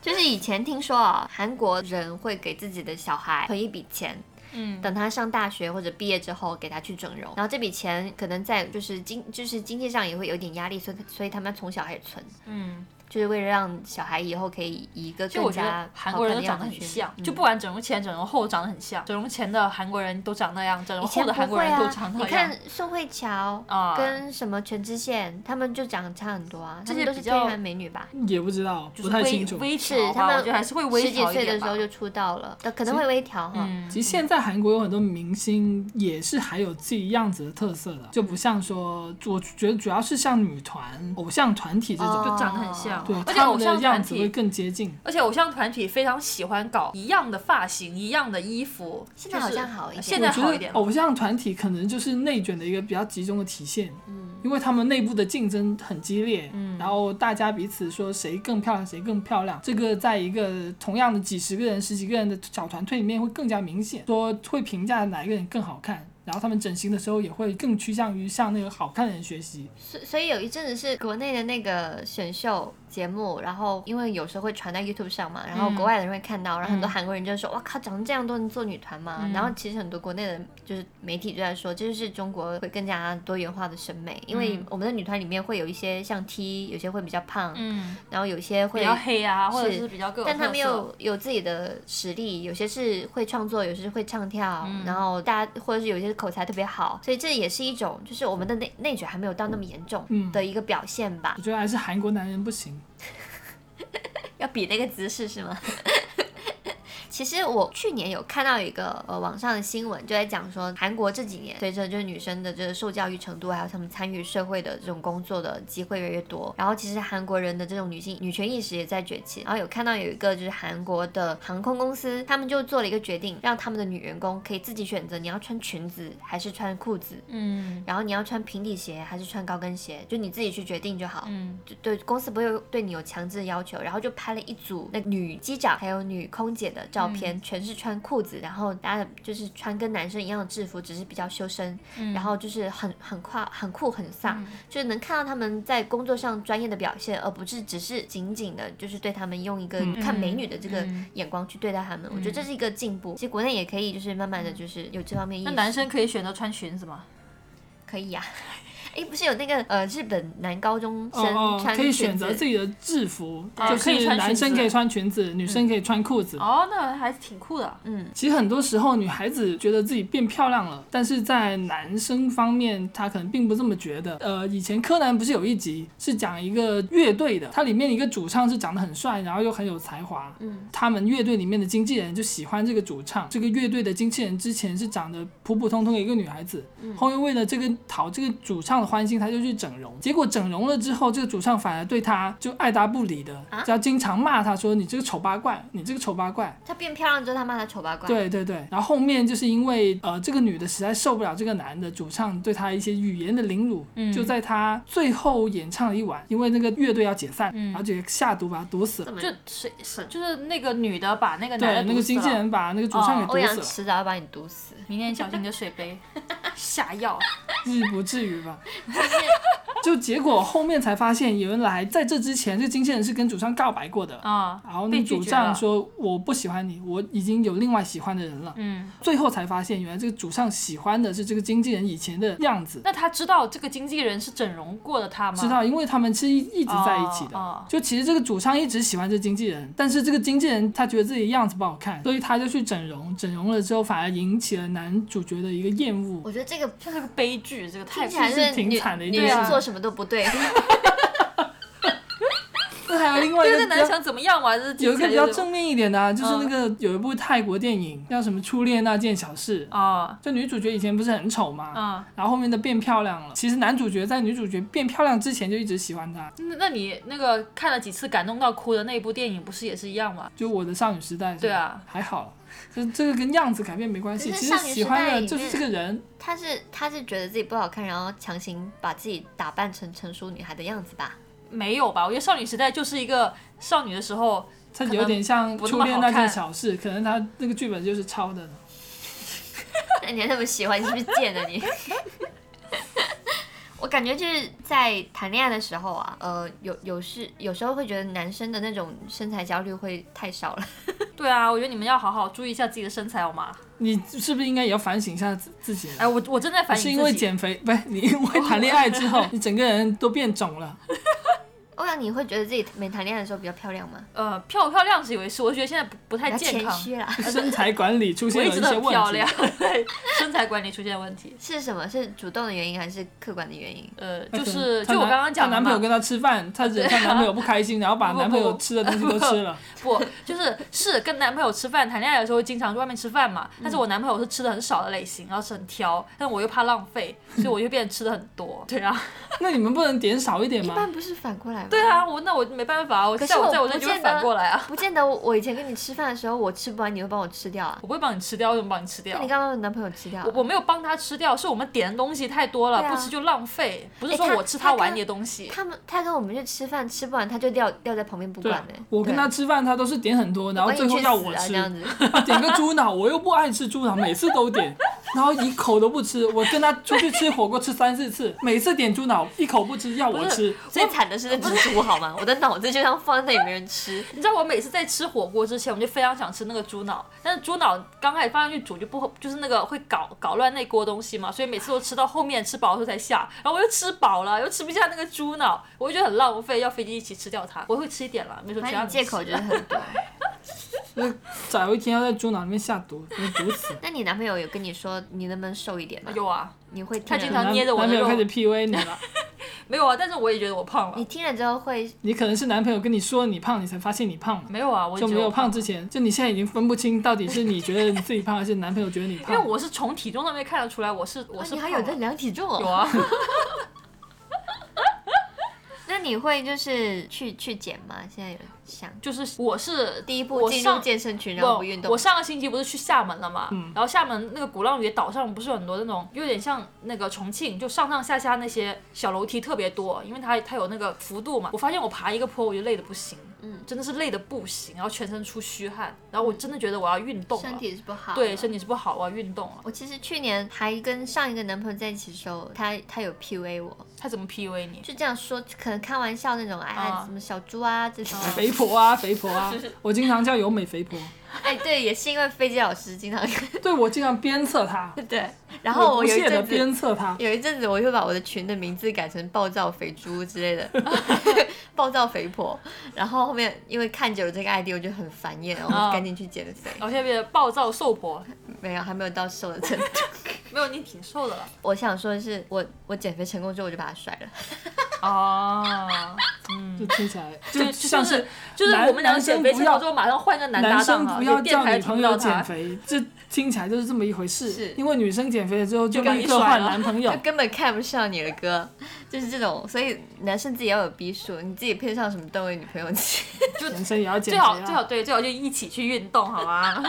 Speaker 1: 就是以前听说啊，韩国人会给自己的小孩存一笔钱，
Speaker 2: 嗯，
Speaker 1: 等他上大学或者毕业之后给他去整容，然后这笔钱可能在就是经就是经济上也会有点压力，所以所以他们从小开始存，
Speaker 2: 嗯，
Speaker 1: 就是为了让小孩以后可以以一个
Speaker 2: 就我
Speaker 1: 更
Speaker 2: 觉得
Speaker 1: 加
Speaker 2: 韩
Speaker 1: 好
Speaker 2: 国
Speaker 1: 看
Speaker 2: 人
Speaker 1: 的
Speaker 2: 都长
Speaker 1: 样
Speaker 2: 得
Speaker 1: 子
Speaker 2: 很
Speaker 1: 去。
Speaker 2: 像，就不管整容前、整容后长得很像，整容前的韩国人都长那样，整
Speaker 1: 以
Speaker 2: 容后
Speaker 1: 前
Speaker 2: 的哦
Speaker 1: 不
Speaker 2: 韩国
Speaker 1: 会
Speaker 2: 人都
Speaker 1: 啊
Speaker 2: 长，
Speaker 1: 你
Speaker 2: 那样
Speaker 1: 看。宋慧乔
Speaker 2: 啊
Speaker 1: 跟什么全智贤，他们就长得差很多啊，
Speaker 2: 这
Speaker 1: 他们
Speaker 2: 些
Speaker 1: 都是
Speaker 2: 比
Speaker 1: 天
Speaker 2: 较
Speaker 1: 然美女吧？
Speaker 3: 也不知道，
Speaker 2: 就
Speaker 3: 不
Speaker 2: 是
Speaker 3: 太
Speaker 2: 微
Speaker 3: 清楚。
Speaker 2: 微
Speaker 1: 是
Speaker 2: 调
Speaker 1: 他
Speaker 2: 吧，
Speaker 1: 们
Speaker 2: 我觉得还是会微
Speaker 1: 十几
Speaker 2: 调一
Speaker 1: 岁的
Speaker 2: 点
Speaker 1: 时
Speaker 2: 吧。
Speaker 1: 候就出道了，呃可能会微调哈。
Speaker 2: 嗯，
Speaker 3: 其实现在韩国有很多明星也是还有自己样子的特色的，就不像说，我觉得主要是像女团、偶像团体这
Speaker 1: 哦
Speaker 3: 种，
Speaker 2: 就长得很像，
Speaker 3: 对
Speaker 2: 而且
Speaker 3: 他
Speaker 2: 偶
Speaker 3: 们的
Speaker 2: 像团
Speaker 3: 样子会
Speaker 2: 体，
Speaker 3: 更接近。
Speaker 2: 而且偶像团体非常喜欢搞一样的发型、一样的衣服，
Speaker 1: 现在
Speaker 2: 就是呃
Speaker 1: 好像好一点
Speaker 2: 现
Speaker 3: 我
Speaker 2: 在
Speaker 3: 觉
Speaker 2: 好一点
Speaker 3: 得
Speaker 2: 了。
Speaker 3: 偶像团体可能就是内卷的一个比较集中的体现，嗯，因为他们内部的竞争很激烈，嗯，然后大家彼此说谁更漂亮，谁更漂亮，这个在一个同样的几十个人、十几个人的小团队里面会更加明显，说会评价哪一个人更好看，然后他们整形的时候也会更趋向于向那个好看的人学习，
Speaker 1: 所所以有一阵子是国内的那个选秀节目，然后因为有时候会传到 YouTube 上嘛，然后
Speaker 2: 嗯
Speaker 1: 国外的人会看到，然后很多韩国人就说：“哇靠，长这样都能做女团嘛？”
Speaker 2: 嗯
Speaker 1: 然后其实很多国内的就是媒体就在说，这就是中国会更加多元化的审美，因为我们的女团里面会有一些像 T，有些会比较胖，
Speaker 2: 嗯，
Speaker 1: 然后有些会
Speaker 2: 比较黑啊，或者
Speaker 1: 是
Speaker 2: 是比较各有
Speaker 1: 但他
Speaker 2: 特
Speaker 1: 们
Speaker 2: 色。
Speaker 1: 有有自己的实力，有些是会创作，有些是会唱跳，
Speaker 2: 嗯
Speaker 1: 然后大家或者是有些口才特别好，所以这也是一种就是我们的内内卷还没有到那么严重
Speaker 2: 嗯
Speaker 1: 的一个表现吧。
Speaker 3: 我觉得还是韩国男人不行，
Speaker 1: 要比那个姿势是吗？ 其实我去年有看到一个呃网上的新闻，就在讲说韩国这几年随着就是女生的这个受教育程度，还有她们参与社会的这种工作的机会越来越多，然后其实韩国人的这种女性女权意识也在崛起。然后有看到有一个就是韩国的航空公司，他们就做了一个决定，让他们的女员工可以自己选择你要穿裙子还是穿裤子，
Speaker 2: 嗯
Speaker 1: 然后你要穿平底鞋还是穿高跟鞋，就你自己去决定就好。
Speaker 2: 嗯，
Speaker 1: 就对公司不会有对你有强制要求，然后就拍了一组那女机长还有女空姐的照片，
Speaker 2: 嗯
Speaker 1: 全是穿裤子，然后搭的就是穿跟男生一样的制服，只是比较修身，
Speaker 2: 嗯
Speaker 1: 然后就是很很跨很酷很飒，就是能看到他们在工作上专业的表现，而不是只是仅仅的就是对他们用一个看美女的这个
Speaker 2: 嗯
Speaker 1: 眼光去对待他们，我觉得这是一个进步。其实国内也可以就是慢慢的就是有这方面意识。
Speaker 2: 那男生可以选择穿裙子吗？
Speaker 1: 可以呀、 诶，不是有那个呃日本男高中生
Speaker 3: 哦哦
Speaker 1: 穿，
Speaker 3: 可以
Speaker 1: 裙
Speaker 3: 选择
Speaker 1: 子
Speaker 3: 自己的制服，
Speaker 2: 哦
Speaker 3: 就
Speaker 2: 可以
Speaker 3: 是
Speaker 2: 穿
Speaker 3: 男
Speaker 2: 裙
Speaker 3: 生
Speaker 2: 子嗯
Speaker 3: 可以穿裙子，女生可以穿裤子。
Speaker 2: 哦，那还挺酷的。
Speaker 1: 嗯。
Speaker 3: 其实很多时候，女孩子觉得自己变漂亮了，但是在男生方面，她可能并不这么觉得。呃，以前柯南不是有一集是讲一个乐队的，它里面一个主唱是长得很帅，然后又很有才华。
Speaker 1: 嗯，
Speaker 3: 他们乐队里面的经纪人就喜欢这个主唱。这个乐队的经纪人之前是长得普普通通的一个女孩子，后面为了这个讨这个主唱的欢心，她就去整容。结果整容了之后，这个主唱反而对她就爱答不理的，就要经常骂她说：“你这个丑八怪，你这个丑八怪。”
Speaker 1: 她变漂亮之后，他骂她丑八怪。
Speaker 3: 对对对，然后后面就是因为呃，这个女的实在受不了这个男的主唱对她一些语言的凌辱，
Speaker 2: 嗯
Speaker 3: 就在她最后演唱了一晚，因为那个乐队要解散，
Speaker 2: 嗯
Speaker 3: 然后就下毒把她毒死了。
Speaker 1: 这么
Speaker 2: 就谁谁就是那个女的把那个男
Speaker 3: 对
Speaker 2: 的，
Speaker 3: 那
Speaker 2: 毒
Speaker 3: 个
Speaker 2: 死
Speaker 3: 经纪
Speaker 2: 了哦
Speaker 3: 人把那个主唱给
Speaker 1: 欧阳
Speaker 3: 毒死
Speaker 1: 迟早要把你毒死。
Speaker 2: 明天小心你的水 杯，下药。
Speaker 3: 了，至不至 于吧？就结果后面才发现，原来在这之前，这个经纪人是跟主唱告白过的。
Speaker 2: 啊、
Speaker 3: 然后那
Speaker 2: 被
Speaker 3: 个
Speaker 2: 拒
Speaker 3: 主
Speaker 2: 绝
Speaker 3: 唱
Speaker 2: 了。
Speaker 3: 说：“我不喜欢你，我已经有另外喜欢的人了。
Speaker 2: 嗯，”
Speaker 3: 最后才发现，原来这个主唱喜欢的是这个经纪人以前的样子。
Speaker 2: 那他知道这个经纪人是整容过的他吗？
Speaker 3: 知。道，因为他们是一一直在一起的。
Speaker 2: 哦哦
Speaker 3: 就其实这个主唱一直喜欢这经纪人，但是这个经纪人他觉得自己样子不好看，所以他就去整容。整容了之后，反而引起了男主角的一个厌恶。
Speaker 1: 我觉得这个
Speaker 2: 这是个悲剧，这个太
Speaker 1: 听起来
Speaker 3: 是
Speaker 1: 女
Speaker 3: 挺惨的一
Speaker 1: 女
Speaker 3: 件
Speaker 1: 人
Speaker 2: 事
Speaker 1: 做什么都不对。
Speaker 3: 那还有另外一
Speaker 2: 对这
Speaker 3: 个
Speaker 2: 男
Speaker 3: 比较。
Speaker 2: 想怎么样嘛？这
Speaker 3: 有一个比较
Speaker 2: 重
Speaker 3: 正面一点的、啊，就是那个有一部泰国电影叫什么《初恋那件小事》，
Speaker 2: 啊
Speaker 3: 就女主角以前不是很丑嘛，
Speaker 2: 啊！
Speaker 3: 然后后面的变漂亮了。其实男主角在女主角变漂亮之前就一直喜欢她，
Speaker 2: 那那你那个看了几次感动到哭的那一部电影，不是也是一样吗？
Speaker 3: 就我的少女时代是吧。
Speaker 2: 对啊
Speaker 3: 还好，这这个跟样子改变没关系，
Speaker 1: 可是
Speaker 3: 其
Speaker 1: 少
Speaker 3: 实
Speaker 1: 女时
Speaker 3: 喜欢
Speaker 1: 代
Speaker 3: 的
Speaker 1: 里
Speaker 3: 就是这个人。
Speaker 1: 她是她是觉得自己不好看，然后强行把自己打扮成成熟女孩的样子吧？
Speaker 2: 没有吧？我觉得少女时代就是一个少女的时候，
Speaker 3: 它有点像
Speaker 2: 不那
Speaker 3: 初
Speaker 2: 么
Speaker 3: 恋
Speaker 2: 好
Speaker 3: 那件
Speaker 2: 看
Speaker 3: 小事，可能他那个剧本就是抄的。
Speaker 1: 那你还那么喜欢，你是不是贱啊你？ 我感觉就是在谈恋爱的时候啊，呃，有有时有时候会觉得男生的那种身材焦虑会太少了。
Speaker 2: 对啊，我觉得你们要好好注意一下自己的身材，好吗？
Speaker 3: 你是不是应该也要反省一下自自己呢？
Speaker 2: 哎，我我正在反省自己，
Speaker 3: 是因为减肥，不是你因 为谈恋爱之后，你整个人都变肿了。
Speaker 1: 欧阳，你会觉得自己没谈恋爱的时候比较漂亮吗？
Speaker 2: 呃漂不漂亮是一回事，我觉得现在不不
Speaker 1: 比
Speaker 2: 太
Speaker 1: 较
Speaker 2: 健
Speaker 1: 谦
Speaker 2: 康，
Speaker 1: 虚啦。
Speaker 3: 身材管理
Speaker 2: 呃
Speaker 3: 出
Speaker 2: 我
Speaker 3: 现
Speaker 2: 一
Speaker 3: 了
Speaker 2: 直
Speaker 3: 一
Speaker 2: 都
Speaker 3: 些
Speaker 2: 很漂
Speaker 3: 问题
Speaker 2: 亮，， 对身材管理出现问题。
Speaker 1: 是什么？是主动的原因还是客观的原因？
Speaker 2: 呃，
Speaker 3: 她
Speaker 2: 就
Speaker 3: 可能
Speaker 2: 是
Speaker 3: 嗯她
Speaker 2: 就我
Speaker 3: 男
Speaker 2: 刚刚讲的
Speaker 3: 她男朋友
Speaker 2: 嘛，
Speaker 3: 跟她吃 饭，她惹她男朋友不开心，然后把
Speaker 2: 不
Speaker 3: 男朋友
Speaker 2: 不
Speaker 3: 吃的东西都吃了。
Speaker 2: 不就是是跟男朋友吃饭，谈恋爱的时候会经常去外面吃饭嘛。
Speaker 3: 嗯
Speaker 2: 但是我男朋友是吃的很少的类型，然后是很挑，但我又怕浪费，所以我就变得吃的很多。对啊，
Speaker 3: 那你们不能点少一点
Speaker 1: 一
Speaker 3: 吗？
Speaker 1: 般不是反过来吗？
Speaker 2: 对啊，我那我没办法，我
Speaker 1: 可是
Speaker 2: 在我
Speaker 1: 我
Speaker 2: 在我
Speaker 1: 不
Speaker 2: 这就会
Speaker 1: 见
Speaker 2: 反
Speaker 1: 得
Speaker 2: 过来啊，
Speaker 1: 不见得我，我以前跟你吃饭的时候，我吃不完，你会帮我吃掉啊？
Speaker 2: 我不会帮你吃掉，我怎么帮你吃掉
Speaker 1: 那你？干嘛把你男朋友吃掉啊、
Speaker 2: 我我没有帮他吃掉，是我们点的东西太多了，
Speaker 1: 对啊
Speaker 2: 不吃就浪费。不是
Speaker 1: 哎
Speaker 2: 说
Speaker 1: 他
Speaker 2: 我吃
Speaker 1: 他
Speaker 2: 他碗
Speaker 1: 跟
Speaker 2: 里的东西，
Speaker 1: 他们他跟我们去吃饭，吃不完他就掉掉在旁边不
Speaker 3: 对
Speaker 1: 管
Speaker 3: 啊
Speaker 1: 呢、
Speaker 3: 我
Speaker 2: 欸
Speaker 3: 跟
Speaker 1: 对
Speaker 3: 她吃饭，她都是点很多，然后
Speaker 1: 管你
Speaker 3: 最后
Speaker 1: 去
Speaker 3: 要
Speaker 1: 死
Speaker 3: 我
Speaker 1: 啊
Speaker 3: 吃
Speaker 1: 这。 样子。
Speaker 3: 点个猪脑，我又不爱吃猪脑，每次都点，然后一口都不吃。我跟他出去吃火锅吃三四次，每次点猪脑一口不吃，要我 吃。
Speaker 1: 最惨的是那只猪好吗？我的脑子就像放在那里没人吃。
Speaker 2: 你知道我每次在吃火锅之前，我就非常想吃那个猪脑，但是猪脑刚开始放上去煮就不就是那个会搞搞乱那锅东西嘛，所以每次都吃到后面吃饱的时候才下，然后我又吃饱了，又吃不下那个猪脑，我就觉得很浪费，要飞机一起吃掉它。我会吃一点了，没说
Speaker 1: 反
Speaker 2: 其
Speaker 1: 正
Speaker 2: 他
Speaker 1: 你借口就是很 多。
Speaker 3: 那早有一天要在猪脑里面下毒，给毒死。
Speaker 1: 那你男朋友有跟你说你能不能瘦一点吗？
Speaker 2: 有啊，
Speaker 1: 你会
Speaker 2: 他
Speaker 1: 听
Speaker 2: 经
Speaker 1: 人
Speaker 2: 常
Speaker 1: 吗
Speaker 2: 捏着我的
Speaker 3: 男朋友
Speaker 2: 肉
Speaker 3: 开始 PUA 你了，
Speaker 2: 没有啊，但是我也觉得我胖
Speaker 1: 你
Speaker 2: 了。
Speaker 1: 听了之后会，哦
Speaker 3: 你可能是男朋友跟你说你胖，你才发现你胖了。
Speaker 2: 没有啊，我
Speaker 3: 就
Speaker 2: 觉
Speaker 3: 没
Speaker 2: 得
Speaker 3: 有
Speaker 2: 我
Speaker 3: 胖
Speaker 2: 了
Speaker 3: 之前，就你现在已经分不清到底是你觉得你自己胖，还是男朋友觉得你
Speaker 2: 因为
Speaker 3: 胖。
Speaker 2: 我是从体重上面看得出来，我是我
Speaker 1: 哦
Speaker 2: 是
Speaker 1: 你还
Speaker 2: 胖
Speaker 1: 有在
Speaker 2: 了
Speaker 1: 量体重
Speaker 2: 有
Speaker 1: 哦？
Speaker 2: 啊，
Speaker 1: 那你会就是去去减吗？现在有想
Speaker 2: 就是 我是
Speaker 1: 第一步
Speaker 2: 我
Speaker 1: 进入
Speaker 2: 上
Speaker 1: 健身群，然后
Speaker 2: 我
Speaker 1: 不运动
Speaker 2: 我，上个星期不是去厦门了嘛，然后厦门那个鼓浪屿岛上不是有很多那种有点像那个重庆，就上上下下那些小楼梯特别多，因为它它有那个幅度嘛。我发现我爬一个坡我就累得不行，嗯，真的是累得不行，然后全身出虚汗，然后我真的觉得我要运动了，
Speaker 1: 嗯身体是不好。
Speaker 2: 啊对身体是不好，我要运动了。
Speaker 1: 我其实去年还跟上一个男朋友在一起的时候，他他有 PUA 我，
Speaker 2: 他怎么 PUA 你？
Speaker 1: 就这样说，可能开玩笑那种，哎，
Speaker 2: 啊
Speaker 1: 哎什么小猪啊这 种。
Speaker 3: 肥婆啊，肥婆啊，我经常叫有美肥婆，
Speaker 1: 哎，对，也是因为飞机老师经常，
Speaker 3: 对我经常鞭策她，
Speaker 1: 对。然
Speaker 2: 哦
Speaker 1: 后
Speaker 3: 我
Speaker 1: 我
Speaker 3: 不
Speaker 1: 有一
Speaker 3: 屑的
Speaker 1: 阵子，
Speaker 3: 鞭策她。
Speaker 1: 有一阵子我就把我的群的名字改成暴躁肥猪之类的， 暴躁肥婆。然后后面因为看久了这个 ID，我就很烦厌，我
Speaker 2: 啊
Speaker 1: 赶紧去减肥。
Speaker 2: 然后现在变得暴躁瘦婆，
Speaker 1: 没有，还没有到瘦的程 度。
Speaker 2: 没有你挺瘦的了。
Speaker 1: 我想说的是，我我减肥成功之后，我就把它甩了。
Speaker 2: 哦，
Speaker 3: 就听起来
Speaker 2: 就
Speaker 3: 就像
Speaker 2: 是
Speaker 3: 是
Speaker 2: 就是
Speaker 3: 男
Speaker 2: 我们两个
Speaker 3: 男生
Speaker 2: 减肥
Speaker 3: 不
Speaker 2: 成功
Speaker 3: 要
Speaker 2: 之后，马上换个男搭
Speaker 3: 男
Speaker 2: 档
Speaker 3: 生
Speaker 2: 了，
Speaker 3: 不要
Speaker 2: 连电
Speaker 3: 叫
Speaker 2: 台
Speaker 3: 女
Speaker 2: 听
Speaker 3: 朋
Speaker 2: 不到
Speaker 3: 友
Speaker 2: 他
Speaker 3: 减。肥，这听起来就是这么一回事
Speaker 1: 是。
Speaker 3: 因为女生减肥了之后就
Speaker 2: 就赶
Speaker 3: 立
Speaker 2: 紧
Speaker 3: 刻
Speaker 2: 甩
Speaker 3: 换
Speaker 2: 了
Speaker 3: 男朋友
Speaker 1: 就，根本看不上你的歌，就是这种，所以男生自己要有逼数，你自己配上什么段位女朋友去。
Speaker 3: 男生也要嗯减
Speaker 2: 最
Speaker 3: 肥啊。
Speaker 2: 好最好对，最好就一起去运动，好吗？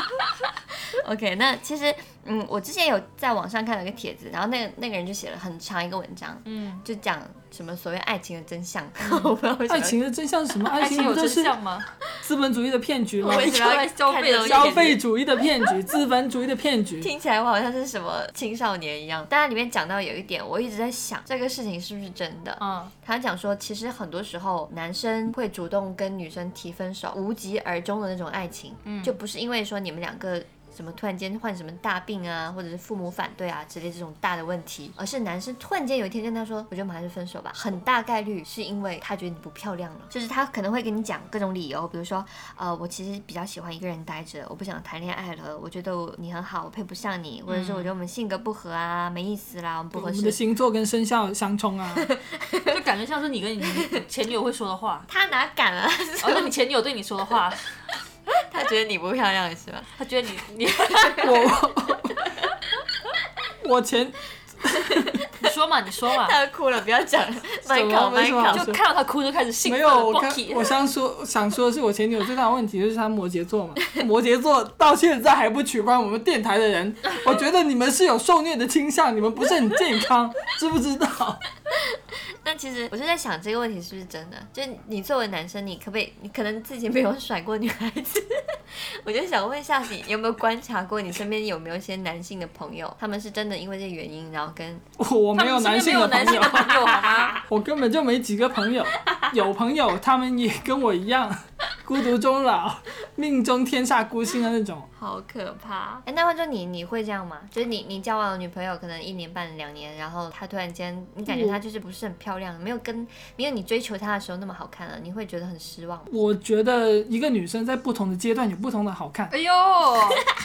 Speaker 1: OK，那其实，嗯，我之前有在网上看了一个帖子，然后那个那个人就写了很长一个文章，
Speaker 2: 嗯，
Speaker 1: 就讲什么所谓爱情的真相， 我不知道为什么
Speaker 3: 嗯爱情的真相是什么？
Speaker 2: 爱
Speaker 3: 爱
Speaker 2: 情
Speaker 3: 情
Speaker 2: 有
Speaker 3: 不
Speaker 2: 真
Speaker 3: 就是
Speaker 2: 相吗？
Speaker 3: 资本主义的骗局吗
Speaker 1: 我？为什么要
Speaker 2: 消费
Speaker 1: 看这种
Speaker 2: 消
Speaker 3: 消
Speaker 1: 帖子
Speaker 3: 费主义的骗局，资本主义的骗局。
Speaker 1: 听起来我好像是什么青少年一样，但它里面讲到有一点，我一直在想这个事情是不是真的。
Speaker 2: 嗯，
Speaker 1: 他讲说，其实很多时候男生会主动跟女生提分手，无疾而终的那种爱情，
Speaker 3: 嗯
Speaker 1: 就不是因为说你们两个什么突然间患什么大病啊，或者是父母反对啊之类这种大的问题，而是男生突然间有一天跟他说，我觉得我们还是分手吧，很大概率是因为他觉得你不漂亮了，就是他可能会跟你讲各种理由，比如说，呃，我其实比较喜欢一个人待着，我不想谈恋爱了，我觉得我你很好，我配不上你，或者是我觉得我们性格不合啊，没意思啦，我们不
Speaker 3: 嗯我
Speaker 1: 合
Speaker 3: 们的
Speaker 1: 适。，
Speaker 3: 星座跟生肖相冲啊，
Speaker 2: 就感觉像是你跟 你前女友会说的话
Speaker 1: 他哪敢啊？
Speaker 2: 而且你前女友对你说的话，
Speaker 1: 他觉得你不漂亮是吧？
Speaker 2: 她觉得你你
Speaker 3: 我 我前
Speaker 2: 你说嘛，你说 嘛，
Speaker 1: 他哭了，不要讲了， 麦考
Speaker 3: 为
Speaker 1: 麦
Speaker 3: 什么
Speaker 1: 考
Speaker 2: 就看到她哭就开始兴
Speaker 3: 没
Speaker 2: 奋
Speaker 3: 有，
Speaker 2: 了
Speaker 3: 我
Speaker 2: 蹦
Speaker 3: 刚
Speaker 2: 起
Speaker 3: 我想说想说的是，我前女友最大的问题就是她摩羯座嘛，摩羯座到现在还不取关我们电台的人，我觉得你们是有受虐的倾向，你们不是很健康，知不知道？
Speaker 1: 那其实我就在想这个问题是不是真的？就是你作为男生，你可不可以？你可能自己没有甩过女孩子， 我就想问一下你，有没有观察过你身边有没有一些男性的朋友，他们是真的因为这个原因，然后跟
Speaker 3: 我我没有
Speaker 2: 他们
Speaker 3: 男
Speaker 2: 身
Speaker 3: 性
Speaker 2: 边没
Speaker 3: 的
Speaker 2: 有男性
Speaker 3: 朋友
Speaker 2: 的，朋友好吗？
Speaker 3: 我根本就没几个朋友，有朋友他们也跟我一样，孤独终老，命中天下孤星的那种。
Speaker 1: 好可怕？哎，那换做你，你会这样吗？就是你，你交往了女朋友可能一年半两年，然后她突然间，你感觉她就是不是很漂亮，没有跟没有你追求她的时候那么好看了，你会觉得很失望吗？
Speaker 3: 我觉得一个女生在不同的阶段有不同的好看。
Speaker 2: 哎呦，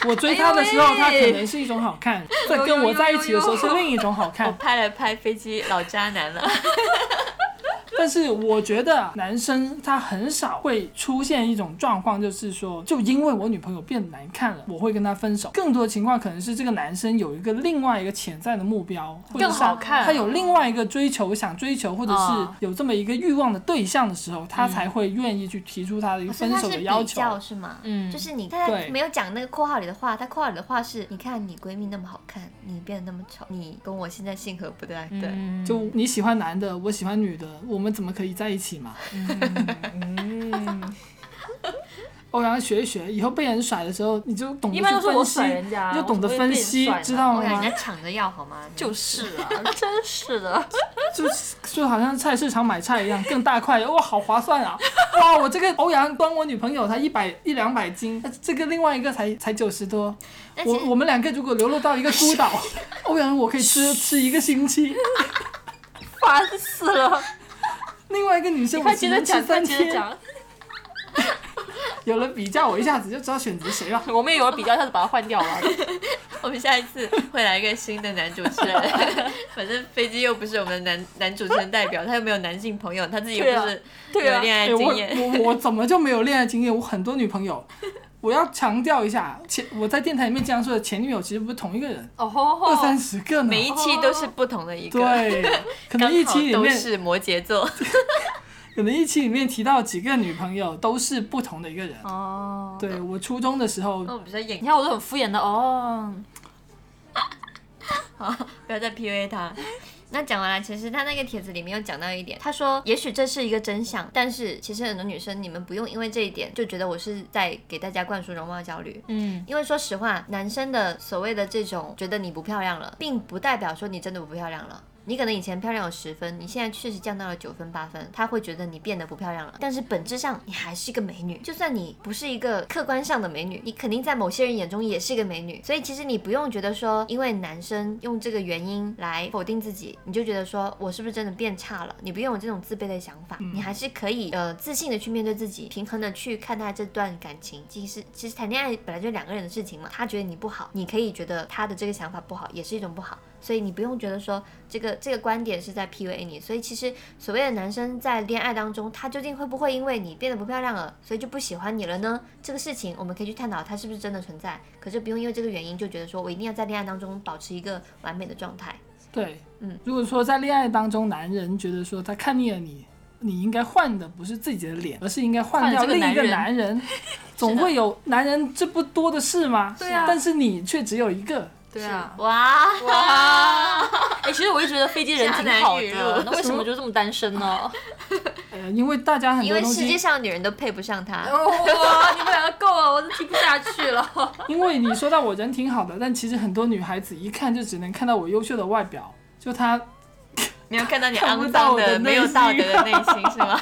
Speaker 3: 我追她的时候，她
Speaker 2: 哎呦喂
Speaker 3: 可能是一种好看；在
Speaker 2: 呦
Speaker 3: 跟
Speaker 2: 呦
Speaker 3: 我在一
Speaker 2: 呦
Speaker 3: 起的时候
Speaker 2: 呦
Speaker 3: 是另一种好
Speaker 1: 我
Speaker 3: 看。
Speaker 1: 拍了拍飞机老渣男了。
Speaker 3: 但是我觉得啊男生他很少会出现一种状况，就是说，就因为我女朋友变难看了，我会跟她分手。更多的情况可能是这个男生有一个另外一个潜在的目标，或者
Speaker 2: 更
Speaker 3: 是
Speaker 2: 好看
Speaker 3: 他有另外一个追求，想追求，或者是
Speaker 1: 哦
Speaker 2: 啊
Speaker 3: 有这么一个欲望的对象的时候，他才会愿意去提出他的一
Speaker 1: 嗯
Speaker 3: 个
Speaker 1: 哦所以
Speaker 3: 分
Speaker 1: 他
Speaker 3: 手
Speaker 1: 是
Speaker 3: 的
Speaker 1: 比
Speaker 3: 要求。
Speaker 1: 较是吗？
Speaker 2: 嗯
Speaker 1: 就是你，但他
Speaker 3: 对
Speaker 1: 没有讲那个括号里的话，他括号里的话是：你看你闺蜜那么好看，你变得那么丑，你跟我现在性格不对，对，
Speaker 2: 嗯
Speaker 3: 就你喜欢男的，我喜欢女的，我们怎么可以在一起嘛？
Speaker 2: 嗯，
Speaker 3: 欧阳学一学，哦以后被人甩的时候，你就懂得
Speaker 2: 一般都
Speaker 3: 去
Speaker 2: 是我
Speaker 3: 分析
Speaker 2: 甩人家
Speaker 3: 你就
Speaker 2: 我
Speaker 3: 懂
Speaker 2: 怎
Speaker 3: 得
Speaker 2: 么会
Speaker 3: 分
Speaker 2: 被人
Speaker 3: 析
Speaker 2: 甩，呢
Speaker 3: 知道
Speaker 1: 我
Speaker 3: 吗
Speaker 1: 哦 想人？家抢着要好吗？
Speaker 2: 就是啊， 真是的，
Speaker 3: 就就好像菜市场买菜一样，更大块，哇，好划算啊！ 哇，我这个欧阳光，我女朋友才一百一两百斤，这个另外一个才才九十多。
Speaker 1: 但其
Speaker 3: 我
Speaker 1: 实
Speaker 3: 我们两个如果流落到一个孤 岛，欧阳我可以吃吃一个星期，
Speaker 2: 烦死了！
Speaker 3: 另外一个女生
Speaker 2: 你
Speaker 3: 我
Speaker 2: 快
Speaker 3: 只
Speaker 2: 接着
Speaker 3: 能吃
Speaker 2: 讲，快
Speaker 3: 三
Speaker 2: 接着
Speaker 3: 天。
Speaker 2: 讲。
Speaker 3: 有了比较，我一下子就知道选择谁了。
Speaker 2: 我们也有比较，一下子把它换掉了。
Speaker 1: 我们下一次会来一个新的男主持 人，反正飞机又不是我们的男男主持人代表，他又没有男性朋友，他自己又不是 没
Speaker 2: 对啊
Speaker 1: 有恋爱
Speaker 3: 哎，我
Speaker 1: 经验，
Speaker 3: 我我怎么就没有恋爱经验？我很多女朋友，我要强调一下，前我在电台里面经常说的前女友其实不是同一个人，
Speaker 2: 哦吼吼，
Speaker 3: 二三十个呢。
Speaker 1: 每一期都是不同的一个，
Speaker 3: 哦对，可能一期 里
Speaker 1: 刚好都
Speaker 3: 面，
Speaker 1: 是摩羯 座，
Speaker 3: 可能一期里面提到几个女朋友都是不同的一个人。
Speaker 2: 哦，
Speaker 3: 对我初中的时候，
Speaker 1: 哦那我比较硬
Speaker 2: 你，看我都很敷衍的哦。
Speaker 1: 不要再 PUA 他。 那讲完了，其实他那个帖子里面有讲到一点，他说也许这是一个真相，但是其实很多女生你们不用因为这一点就觉得我是在给大家灌输容貌焦虑，
Speaker 2: 嗯，
Speaker 1: 因为说实话，男生的所谓的这种觉得你不漂亮了，并不代表说你真的不漂亮了。你可能以前漂亮有十分，你现在确实降到了九分八分，他会觉得你变得不漂亮了。但是本质上你还是一个美女，就算你不是一个客观上的美女，你肯定在某些人眼中也是一个美女。所以其实你不用觉得说，因为男生用这个原因来否定自己，你就觉得说我是不是真的变差了？你不用有这种自卑的想法，你还是可以呃自信的去面对自己，平衡的去看待这段感情。其实其实谈恋爱本来就是两个人的事情嘛，他觉得你不好，你可以觉得他的这个想法不好，也是一种不好。所以你不用觉得说这个这个观点是在 PUA 你，所以其实所谓的男生在恋爱当中，他究竟会不会因为你变得不漂亮了，所以就不喜欢你了呢？这个事情我们可以去探讨它是不是真的存在，可是不用因为这个原因就觉得说我一定要在恋爱当中保持一个完美的状态。
Speaker 3: 对，
Speaker 1: 嗯，
Speaker 3: 如果说在恋爱当中，男人觉得说他看腻了你，你应该换的不是自己的脸，而是应该换掉
Speaker 2: 换这
Speaker 3: 另
Speaker 2: 个
Speaker 3: 一个
Speaker 2: 男
Speaker 3: 男人，总会有男人，这不多的是吗？
Speaker 2: 对啊
Speaker 3: 但是你却只有一个，
Speaker 2: 对啊。
Speaker 1: 哇，
Speaker 2: 哇！ 哎，其实我一直觉得飞机人挺好
Speaker 1: 渣男语录
Speaker 2: 的， 那为什么就这么单身 呢？
Speaker 3: 呃，因为大家很
Speaker 1: 因
Speaker 3: 多
Speaker 1: 为
Speaker 3: 东
Speaker 1: 世界
Speaker 3: 西，
Speaker 1: 上的女人都配不上他。
Speaker 2: 哦哇，你们两个够了，我都听不下去了。
Speaker 3: 因为你说到我人挺好的，但其实很多女孩子一看就只能看到我优秀的外表，就她
Speaker 1: 没有看到你
Speaker 3: 看不肮脏到我的的内没有道德
Speaker 1: 的内心是 吗？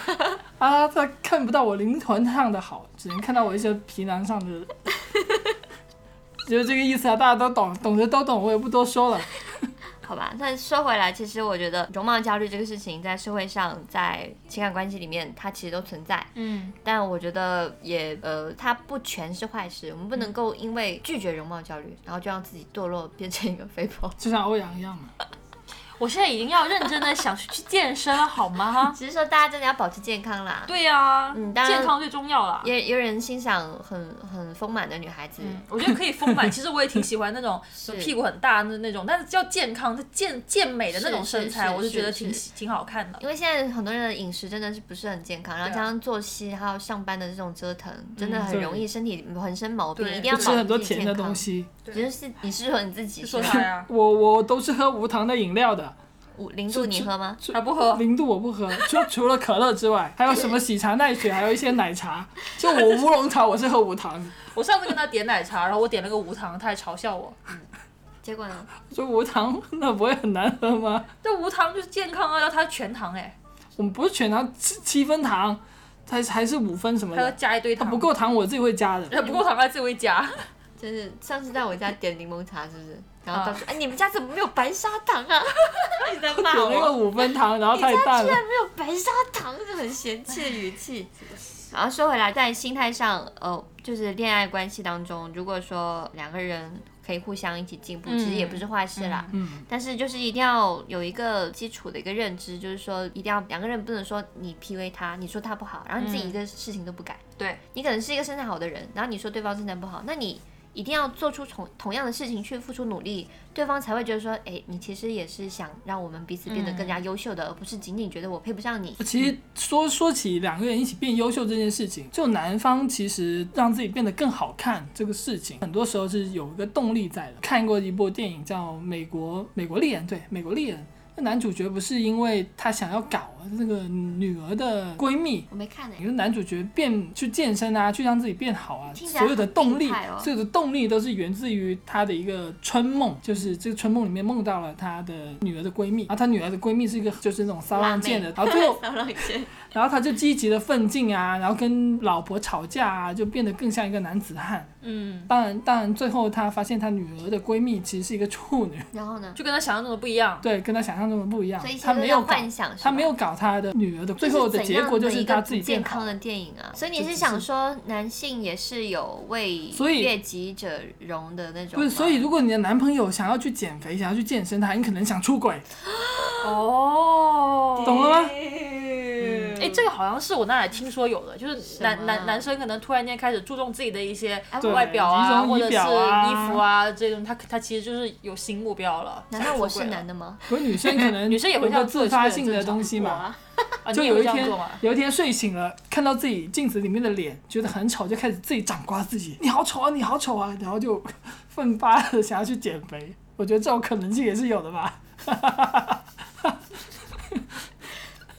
Speaker 3: 啊，她看不到我灵魂上的好，只能看到我一些皮囊上的。就是这个意思啊，大家都懂，懂得都懂，我也不多说了。
Speaker 1: 好吧，那说回来，其实我觉得容貌焦虑这个事情在社会上、在情感关系里面，它其实都存在。
Speaker 2: 嗯，
Speaker 1: 但我觉得也呃，它不全是坏事，我们不能够因为拒绝容貌焦虑，然后就让自己堕落变成一个肥婆。
Speaker 3: 就像欧阳一样嘛，
Speaker 2: 我现在已经要认真的想去去健身了，好 吗？
Speaker 1: 只是说大家真的要保持健康啦。
Speaker 2: 对呀，
Speaker 1: 嗯当然
Speaker 2: 健康最重要啦。
Speaker 1: 也也有人欣赏很很丰满的女孩子，
Speaker 2: 嗯我觉得可以丰满，其实我也挺喜欢那 种
Speaker 1: 是
Speaker 2: 屁股很大的那种，但是叫健康、它健健美的那种
Speaker 1: 是
Speaker 2: 身材，
Speaker 1: 是
Speaker 2: 我就觉得挺
Speaker 1: 是
Speaker 2: 挺好看的。
Speaker 1: 因为现在很多人的饮食真的是不是很健康，然
Speaker 2: 对
Speaker 1: 后
Speaker 2: 啊嗯
Speaker 1: 加上作息还有上班的这种折腾，真的很
Speaker 3: 对
Speaker 1: 容易身体浑身毛病，
Speaker 2: 对
Speaker 1: 一定要
Speaker 3: 就
Speaker 1: 保
Speaker 3: 吃很多
Speaker 1: 持自己
Speaker 3: 甜的
Speaker 1: 健康啊
Speaker 3: 东。西。
Speaker 1: 你就是你是说你自己
Speaker 2: 就是啊说
Speaker 1: 吗
Speaker 2: 他呀，
Speaker 3: 我我都是喝无糖的饮料的，
Speaker 1: 五零度你喝吗？
Speaker 2: 他不喝，
Speaker 3: 零度我不喝，除除了可乐之外，还有什么喜茶、奈雪，还有一些奶茶。就我乌龙茶，我是喝无糖的，
Speaker 2: 我上次跟他点奶茶，然后我点了个无糖，他还嘲笑我。
Speaker 1: 结果呢？
Speaker 3: 说无糖那不会很难喝吗？
Speaker 2: 这无糖就是健康啊，然后他全糖哎，
Speaker 3: 我们不是全糖七七分糖，还还是五分什么
Speaker 2: 他要
Speaker 3: 的，
Speaker 2: 加一堆
Speaker 3: 它
Speaker 2: 糖，
Speaker 3: 不够糖我自己会加的。
Speaker 2: 哎，不够糖还自己会加。
Speaker 1: 就是上次在我家点柠檬茶，是不是？然
Speaker 2: 啊
Speaker 1: 后到处哎，你们家怎么没有白砂 糖啊？你在骂
Speaker 3: 有那个
Speaker 1: 我，
Speaker 3: 五分糖，然后太淡了。
Speaker 1: 没有白砂糖，就很嫌弃的语气。然后说回来，在心态上，呃，就是恋爱关系当中，如果说两个人可以互相一起进步，
Speaker 2: 嗯
Speaker 1: 其实也不是坏事啦。
Speaker 3: 嗯，
Speaker 1: 但是就是一定要有一个基础的一个认知，就是说一定要两个人不能说你 PUA 他，你说他不好，然后你
Speaker 3: 嗯
Speaker 1: 自己一个事情都不改。
Speaker 2: 对，
Speaker 1: 你可能是一个身材好的人，然后你说对方身材不好，那你一定要做出同同样的事情去付出努力，对方才会觉得说，哎，你其实也是想让我们彼此变得更加优秀的，而不是仅仅觉得我配不上你。
Speaker 3: 其实说说起两个人一起变优秀这件事情，就男方其实让自己变得更好看这个事情，很多时候是有一个动力在的。看过一部电影叫《美国美国丽人》，对，《美国丽人》。那男主角不是因为他想要搞那个女儿的闺蜜，
Speaker 1: 我没看呢、欸
Speaker 3: 因为男主角变去健身啊，去让自己变好啊，
Speaker 1: 听起来
Speaker 3: 所有的动力
Speaker 1: 好病态哦，
Speaker 3: 所有的动力都是源自于他的一个春梦，就是这个春梦里面梦到了他的女儿的闺蜜，然后他女儿的闺蜜是一个就是那种骚
Speaker 1: 辣
Speaker 3: 浪
Speaker 1: 妹
Speaker 3: 贱的，然后最 后
Speaker 1: 骚扰一些，
Speaker 3: 然后他就积极的奋进啊，然后跟老婆吵架啊，就变得更像一个男子汉。
Speaker 2: 嗯，
Speaker 3: 当然，当然最后他发现他女儿的闺蜜其实是一个处女，
Speaker 1: 然后呢？
Speaker 2: 就跟他想象中的不一样。
Speaker 3: 对，跟他想象象中的不一样
Speaker 1: 所以一，切
Speaker 3: 他
Speaker 1: 都
Speaker 3: 没
Speaker 1: 要
Speaker 3: 有搞
Speaker 1: 幻想是吧
Speaker 3: 他没有搞他的女儿的，最后
Speaker 1: 这是
Speaker 3: 的
Speaker 1: 怎
Speaker 3: 结
Speaker 1: 样
Speaker 3: 果就
Speaker 1: 的
Speaker 3: 是
Speaker 1: 一个
Speaker 3: 他自己
Speaker 1: 不健
Speaker 3: 变
Speaker 1: 康
Speaker 3: 好
Speaker 1: 的
Speaker 3: 了。
Speaker 1: 电影啊，所以你
Speaker 3: 这
Speaker 1: 是
Speaker 3: 只
Speaker 1: 想
Speaker 3: 是
Speaker 1: 说男性也是有为
Speaker 3: 所以
Speaker 1: 悦己者容的那种
Speaker 3: 不
Speaker 1: 吗？
Speaker 3: 是，所以如果你的男朋友想要去减肥，想要去健身，他很可能想出轨，
Speaker 2: 哦，
Speaker 3: 懂了 吗？
Speaker 2: 哎，这个好像是我那里听说有的，就是
Speaker 1: 什
Speaker 2: 男
Speaker 1: 么
Speaker 2: 男男生可能突然间开始注重自己的一些
Speaker 1: 对
Speaker 2: 外表啊，
Speaker 3: 仪容
Speaker 2: 或者是衣
Speaker 3: 仪表啊
Speaker 2: 服啊这种，他他其实就是有新目标了。
Speaker 1: 难道我是男
Speaker 2: 的？
Speaker 1: 的吗？
Speaker 3: 可是女生可能
Speaker 2: 女生也会
Speaker 3: 有
Speaker 2: 这样
Speaker 3: 个
Speaker 2: 做
Speaker 3: 自发性的东西
Speaker 2: 这个
Speaker 3: 嘛，
Speaker 2: 啊，
Speaker 3: 就
Speaker 2: 你也会
Speaker 3: 有一
Speaker 2: 这样
Speaker 3: 天
Speaker 2: 做吗？
Speaker 3: 有一天睡醒了，看到自己镜子里面的脸，觉得很丑，就开始自己掌掴自己，你好丑啊，你好丑啊，然后就 奋发的想要去减肥。我觉得这种可能性也是有的吧。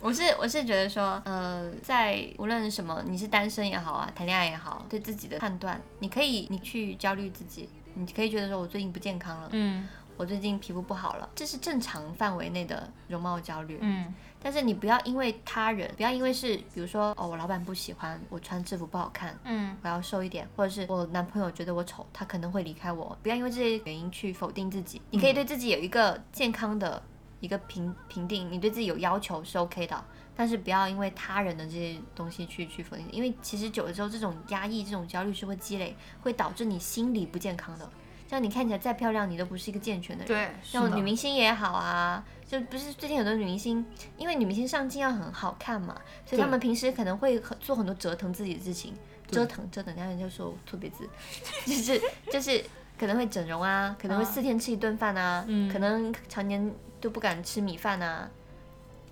Speaker 1: 我是我是觉得说，呃，在无论是什么，你是单身也好啊，谈恋爱也好，对自己的判断，你可以你去焦虑自己，你可以觉得说我最近不健康了，
Speaker 2: 嗯
Speaker 1: 我最近皮肤不好了，这是正常范围内的容貌焦虑。
Speaker 2: 嗯，
Speaker 1: 但是你不要因为他人，不要因为是比如说哦，我老板不喜欢我穿制服不好看，
Speaker 2: 嗯，
Speaker 1: 我要瘦一点，或者是我男朋友觉得我丑，他可能会离开我，不要因为这些原因去否定自己。你可以对自己有一个健康的一个评评定，你对自己有要求是 OK 的，但是不要因为他人的这些东西去去否定，因为其实久了之后，这种压抑、这种焦虑是会积累，会导致你心理不健康的。像你看起来再漂亮，你都不是一个健全的人。
Speaker 2: 对，
Speaker 1: 像
Speaker 3: 的
Speaker 1: 女明星也好啊，就不是最近很多女明星，因为女明星上镜要很好看嘛，所以
Speaker 3: 对
Speaker 1: 她们平时可能会很做很多折腾自己的事情，折腾折腾，然后人家说我错别字， 就是就是可能会整容啊，可能会
Speaker 2: 啊
Speaker 1: 四天吃一顿饭啊，
Speaker 2: 嗯
Speaker 1: 可能常年都不敢吃米饭啊。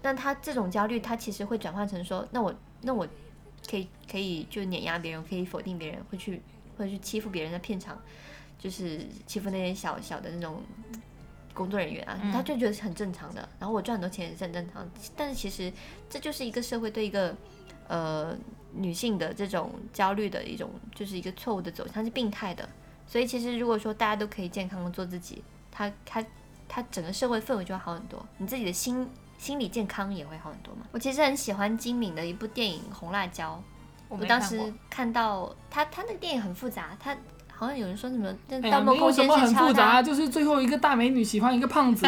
Speaker 1: 那她这种焦虑，她其实会转换成说，那我那我可以可以就碾压别人，可以否定别人，会去会去欺负别人的片场，就是欺负那些小小的那种工作人员啊，
Speaker 2: 嗯
Speaker 1: 他就觉得是很正常的。然后我赚很多钱也是很正常，但是其实这就是一个社会对一个呃女性的这种焦虑的一种，就是一个错误的走向，是病态的。所以其实如果说大家都可以健康的做自己，他他他整个社会氛围就会好很多，你自己的心心理健康也会好很多嘛。我其实很喜欢金敏的一部电影《红辣椒》，
Speaker 2: 我
Speaker 1: 我
Speaker 2: 没
Speaker 1: 当
Speaker 2: 看过
Speaker 1: 时看到他，他那个电影很复杂，他好像有人说什么那
Speaker 3: 哎
Speaker 1: 《
Speaker 3: 呀，
Speaker 1: 盗
Speaker 3: 没
Speaker 1: 梦
Speaker 3: 有
Speaker 1: 空
Speaker 3: 什
Speaker 1: 间啊
Speaker 3: 么》很
Speaker 1: 是抄
Speaker 3: 复
Speaker 1: 他
Speaker 3: 杂，。就是最后一个大美女喜欢一个 胖子，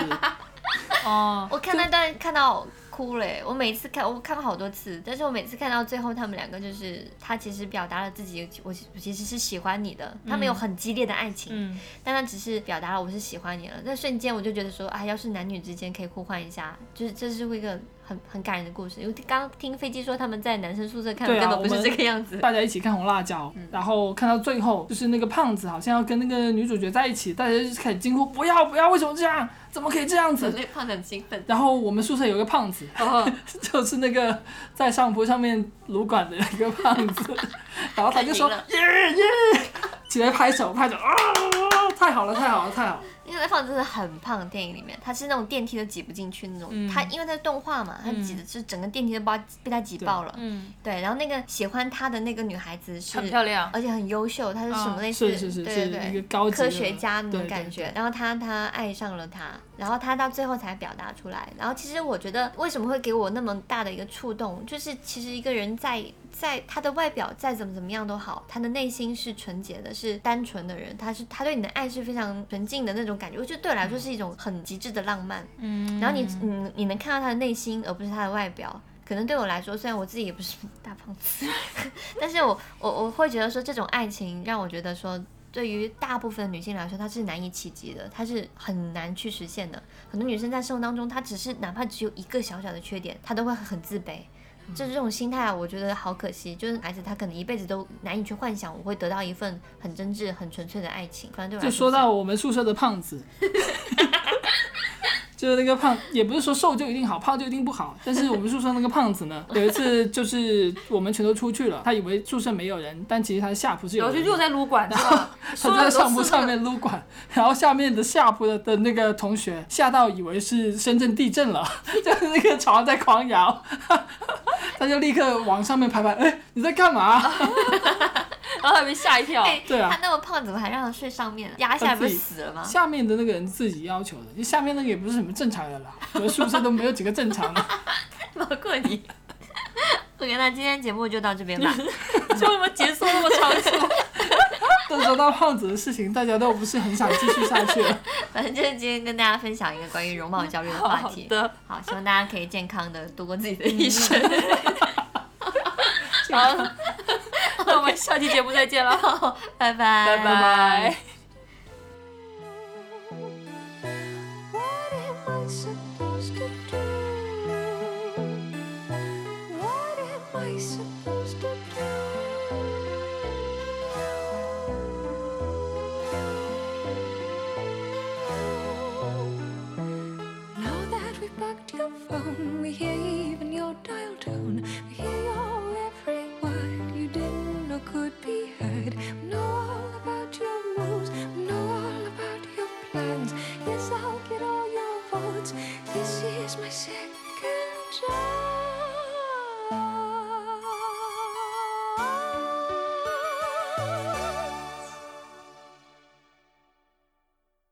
Speaker 2: 哦，
Speaker 1: 我看那段看到哭了耶，我每次看我看过好多次，但是我每次看到最后他们两个就是他其实表达了自己，我我其实是喜欢你的，
Speaker 3: 嗯
Speaker 1: 他们有很激烈的爱情，
Speaker 2: 嗯，
Speaker 1: 但他只是表达了我是喜欢你了。那瞬间我就觉得说，啊，要是男女之间可以互换一下，就是这是会一个很很感人的故事。因为刚听飞机说他们在男生宿舍看，
Speaker 3: 对啊
Speaker 1: 根本不是
Speaker 3: 我们
Speaker 1: 这个样子。
Speaker 3: 大家一起看红辣椒，
Speaker 1: 嗯
Speaker 3: 然后看到最后就是那个胖子好像要跟那个女主角在一起，大家就开始惊呼不要不要，为什么这样？怎么可以这样子？
Speaker 1: 对胖子很兴奋，
Speaker 3: 然后我们宿舍有个胖子，
Speaker 2: 哦，
Speaker 3: 就是那个在上铺上面撸管的那个胖子，然后他就说
Speaker 1: 看
Speaker 3: 耶耶，起来拍手拍手啊，太好了太好了太好了，
Speaker 1: 因为那胖子真的很胖，电影里面他是那种电梯都挤不进去那种，
Speaker 3: 嗯
Speaker 1: 他因为他是动画嘛，他挤的是整个电梯都把被他挤 爆了。
Speaker 2: 嗯，
Speaker 1: 对，然后那个喜欢他的那个女孩子是
Speaker 2: 很漂亮，
Speaker 1: 而且很优秀，她是什么类似、
Speaker 3: 是啊是是
Speaker 1: 对
Speaker 3: 是
Speaker 1: 对
Speaker 3: 一
Speaker 1: 对
Speaker 3: 个高级的
Speaker 1: 科学家那
Speaker 3: 对
Speaker 1: 种
Speaker 3: 对
Speaker 1: 感觉。
Speaker 3: 对
Speaker 1: 然后她她爱上了他，然后她到最后才表达出来。然后其实我觉得为什么会给我那么大的一个触动，就是其实一个人在在他的外表再怎么怎么样都好，他的内心是纯洁的，是单纯的人，他是他对你的爱是非常纯净的那种感觉。我觉得对我来说是一种很极致的浪漫。
Speaker 2: 嗯，
Speaker 1: 然后你你你能看到他的内心，而不是他的外表。可能对我来说，虽然我自己也不是大胖子， 但是我我我会觉得说，这种爱情让我觉得说，对于大部分女性来说，它是难以企及的，它是很难去实现的。很多女生在生活当中，她只是哪怕只有一个小小的缺点，她都会很自卑。
Speaker 3: 嗯
Speaker 1: 就是这种心态啊，我觉得好可惜。就是孩子，他可能一辈子都难以去幻想，我会得到一份很真挚、很纯粹的爱情。反正对我来
Speaker 3: 就说
Speaker 1: 是这
Speaker 3: 到我们宿舍的胖子， 就是那个胖，也不是说瘦就一定好，胖就一定不好。但是我们宿舍那个胖子呢，有一次就是我们全都出去了，他以为宿舍没有人，但其实他下铺是有
Speaker 2: 然后
Speaker 3: 人
Speaker 2: 就
Speaker 3: 的。
Speaker 2: 又在撸管，是吧？说
Speaker 3: 他
Speaker 2: 了
Speaker 3: 在
Speaker 2: 很多
Speaker 3: 上铺
Speaker 2: 次
Speaker 3: 上
Speaker 2: 这个
Speaker 3: 面撸管，然后下面的下铺的的那个同学吓到以为是深圳地震了， 就是那个床在狂摇， 他就立刻往上面拍拍，哎，你在干嘛？
Speaker 2: 然后他被吓一跳，
Speaker 1: 样
Speaker 3: 对啊
Speaker 1: 他那么胖，怎么还让他睡上面？啊压下来不是死了吗？
Speaker 3: 下面的那个人自己要求的，就下面那个也不是什么正常人啦，我们宿舍都没有几个正常的。
Speaker 1: 包括你。OK，那今天节目就到这边吧。
Speaker 2: 就为什么结束那么仓促？
Speaker 3: 但说到胖子的事情，大家都不是很想继续下去了。
Speaker 1: 反正就是今天跟大家分享一个关于容貌焦虑的话
Speaker 2: 好
Speaker 1: 题。
Speaker 2: 的，
Speaker 1: 好，希望大家可以健康的度过自己的一生。
Speaker 2: 好，那我们下期节目再见了，
Speaker 1: 拜拜，
Speaker 2: 拜拜。
Speaker 4: What am I supposed to do? What am I supposed to do? Now that we've bugged your phone, we hear even your dial tone. We hear your every word you didn't know could be heard. We know all about your moves, we know all about your plans. Yes, I'll get all your votes. This is my sick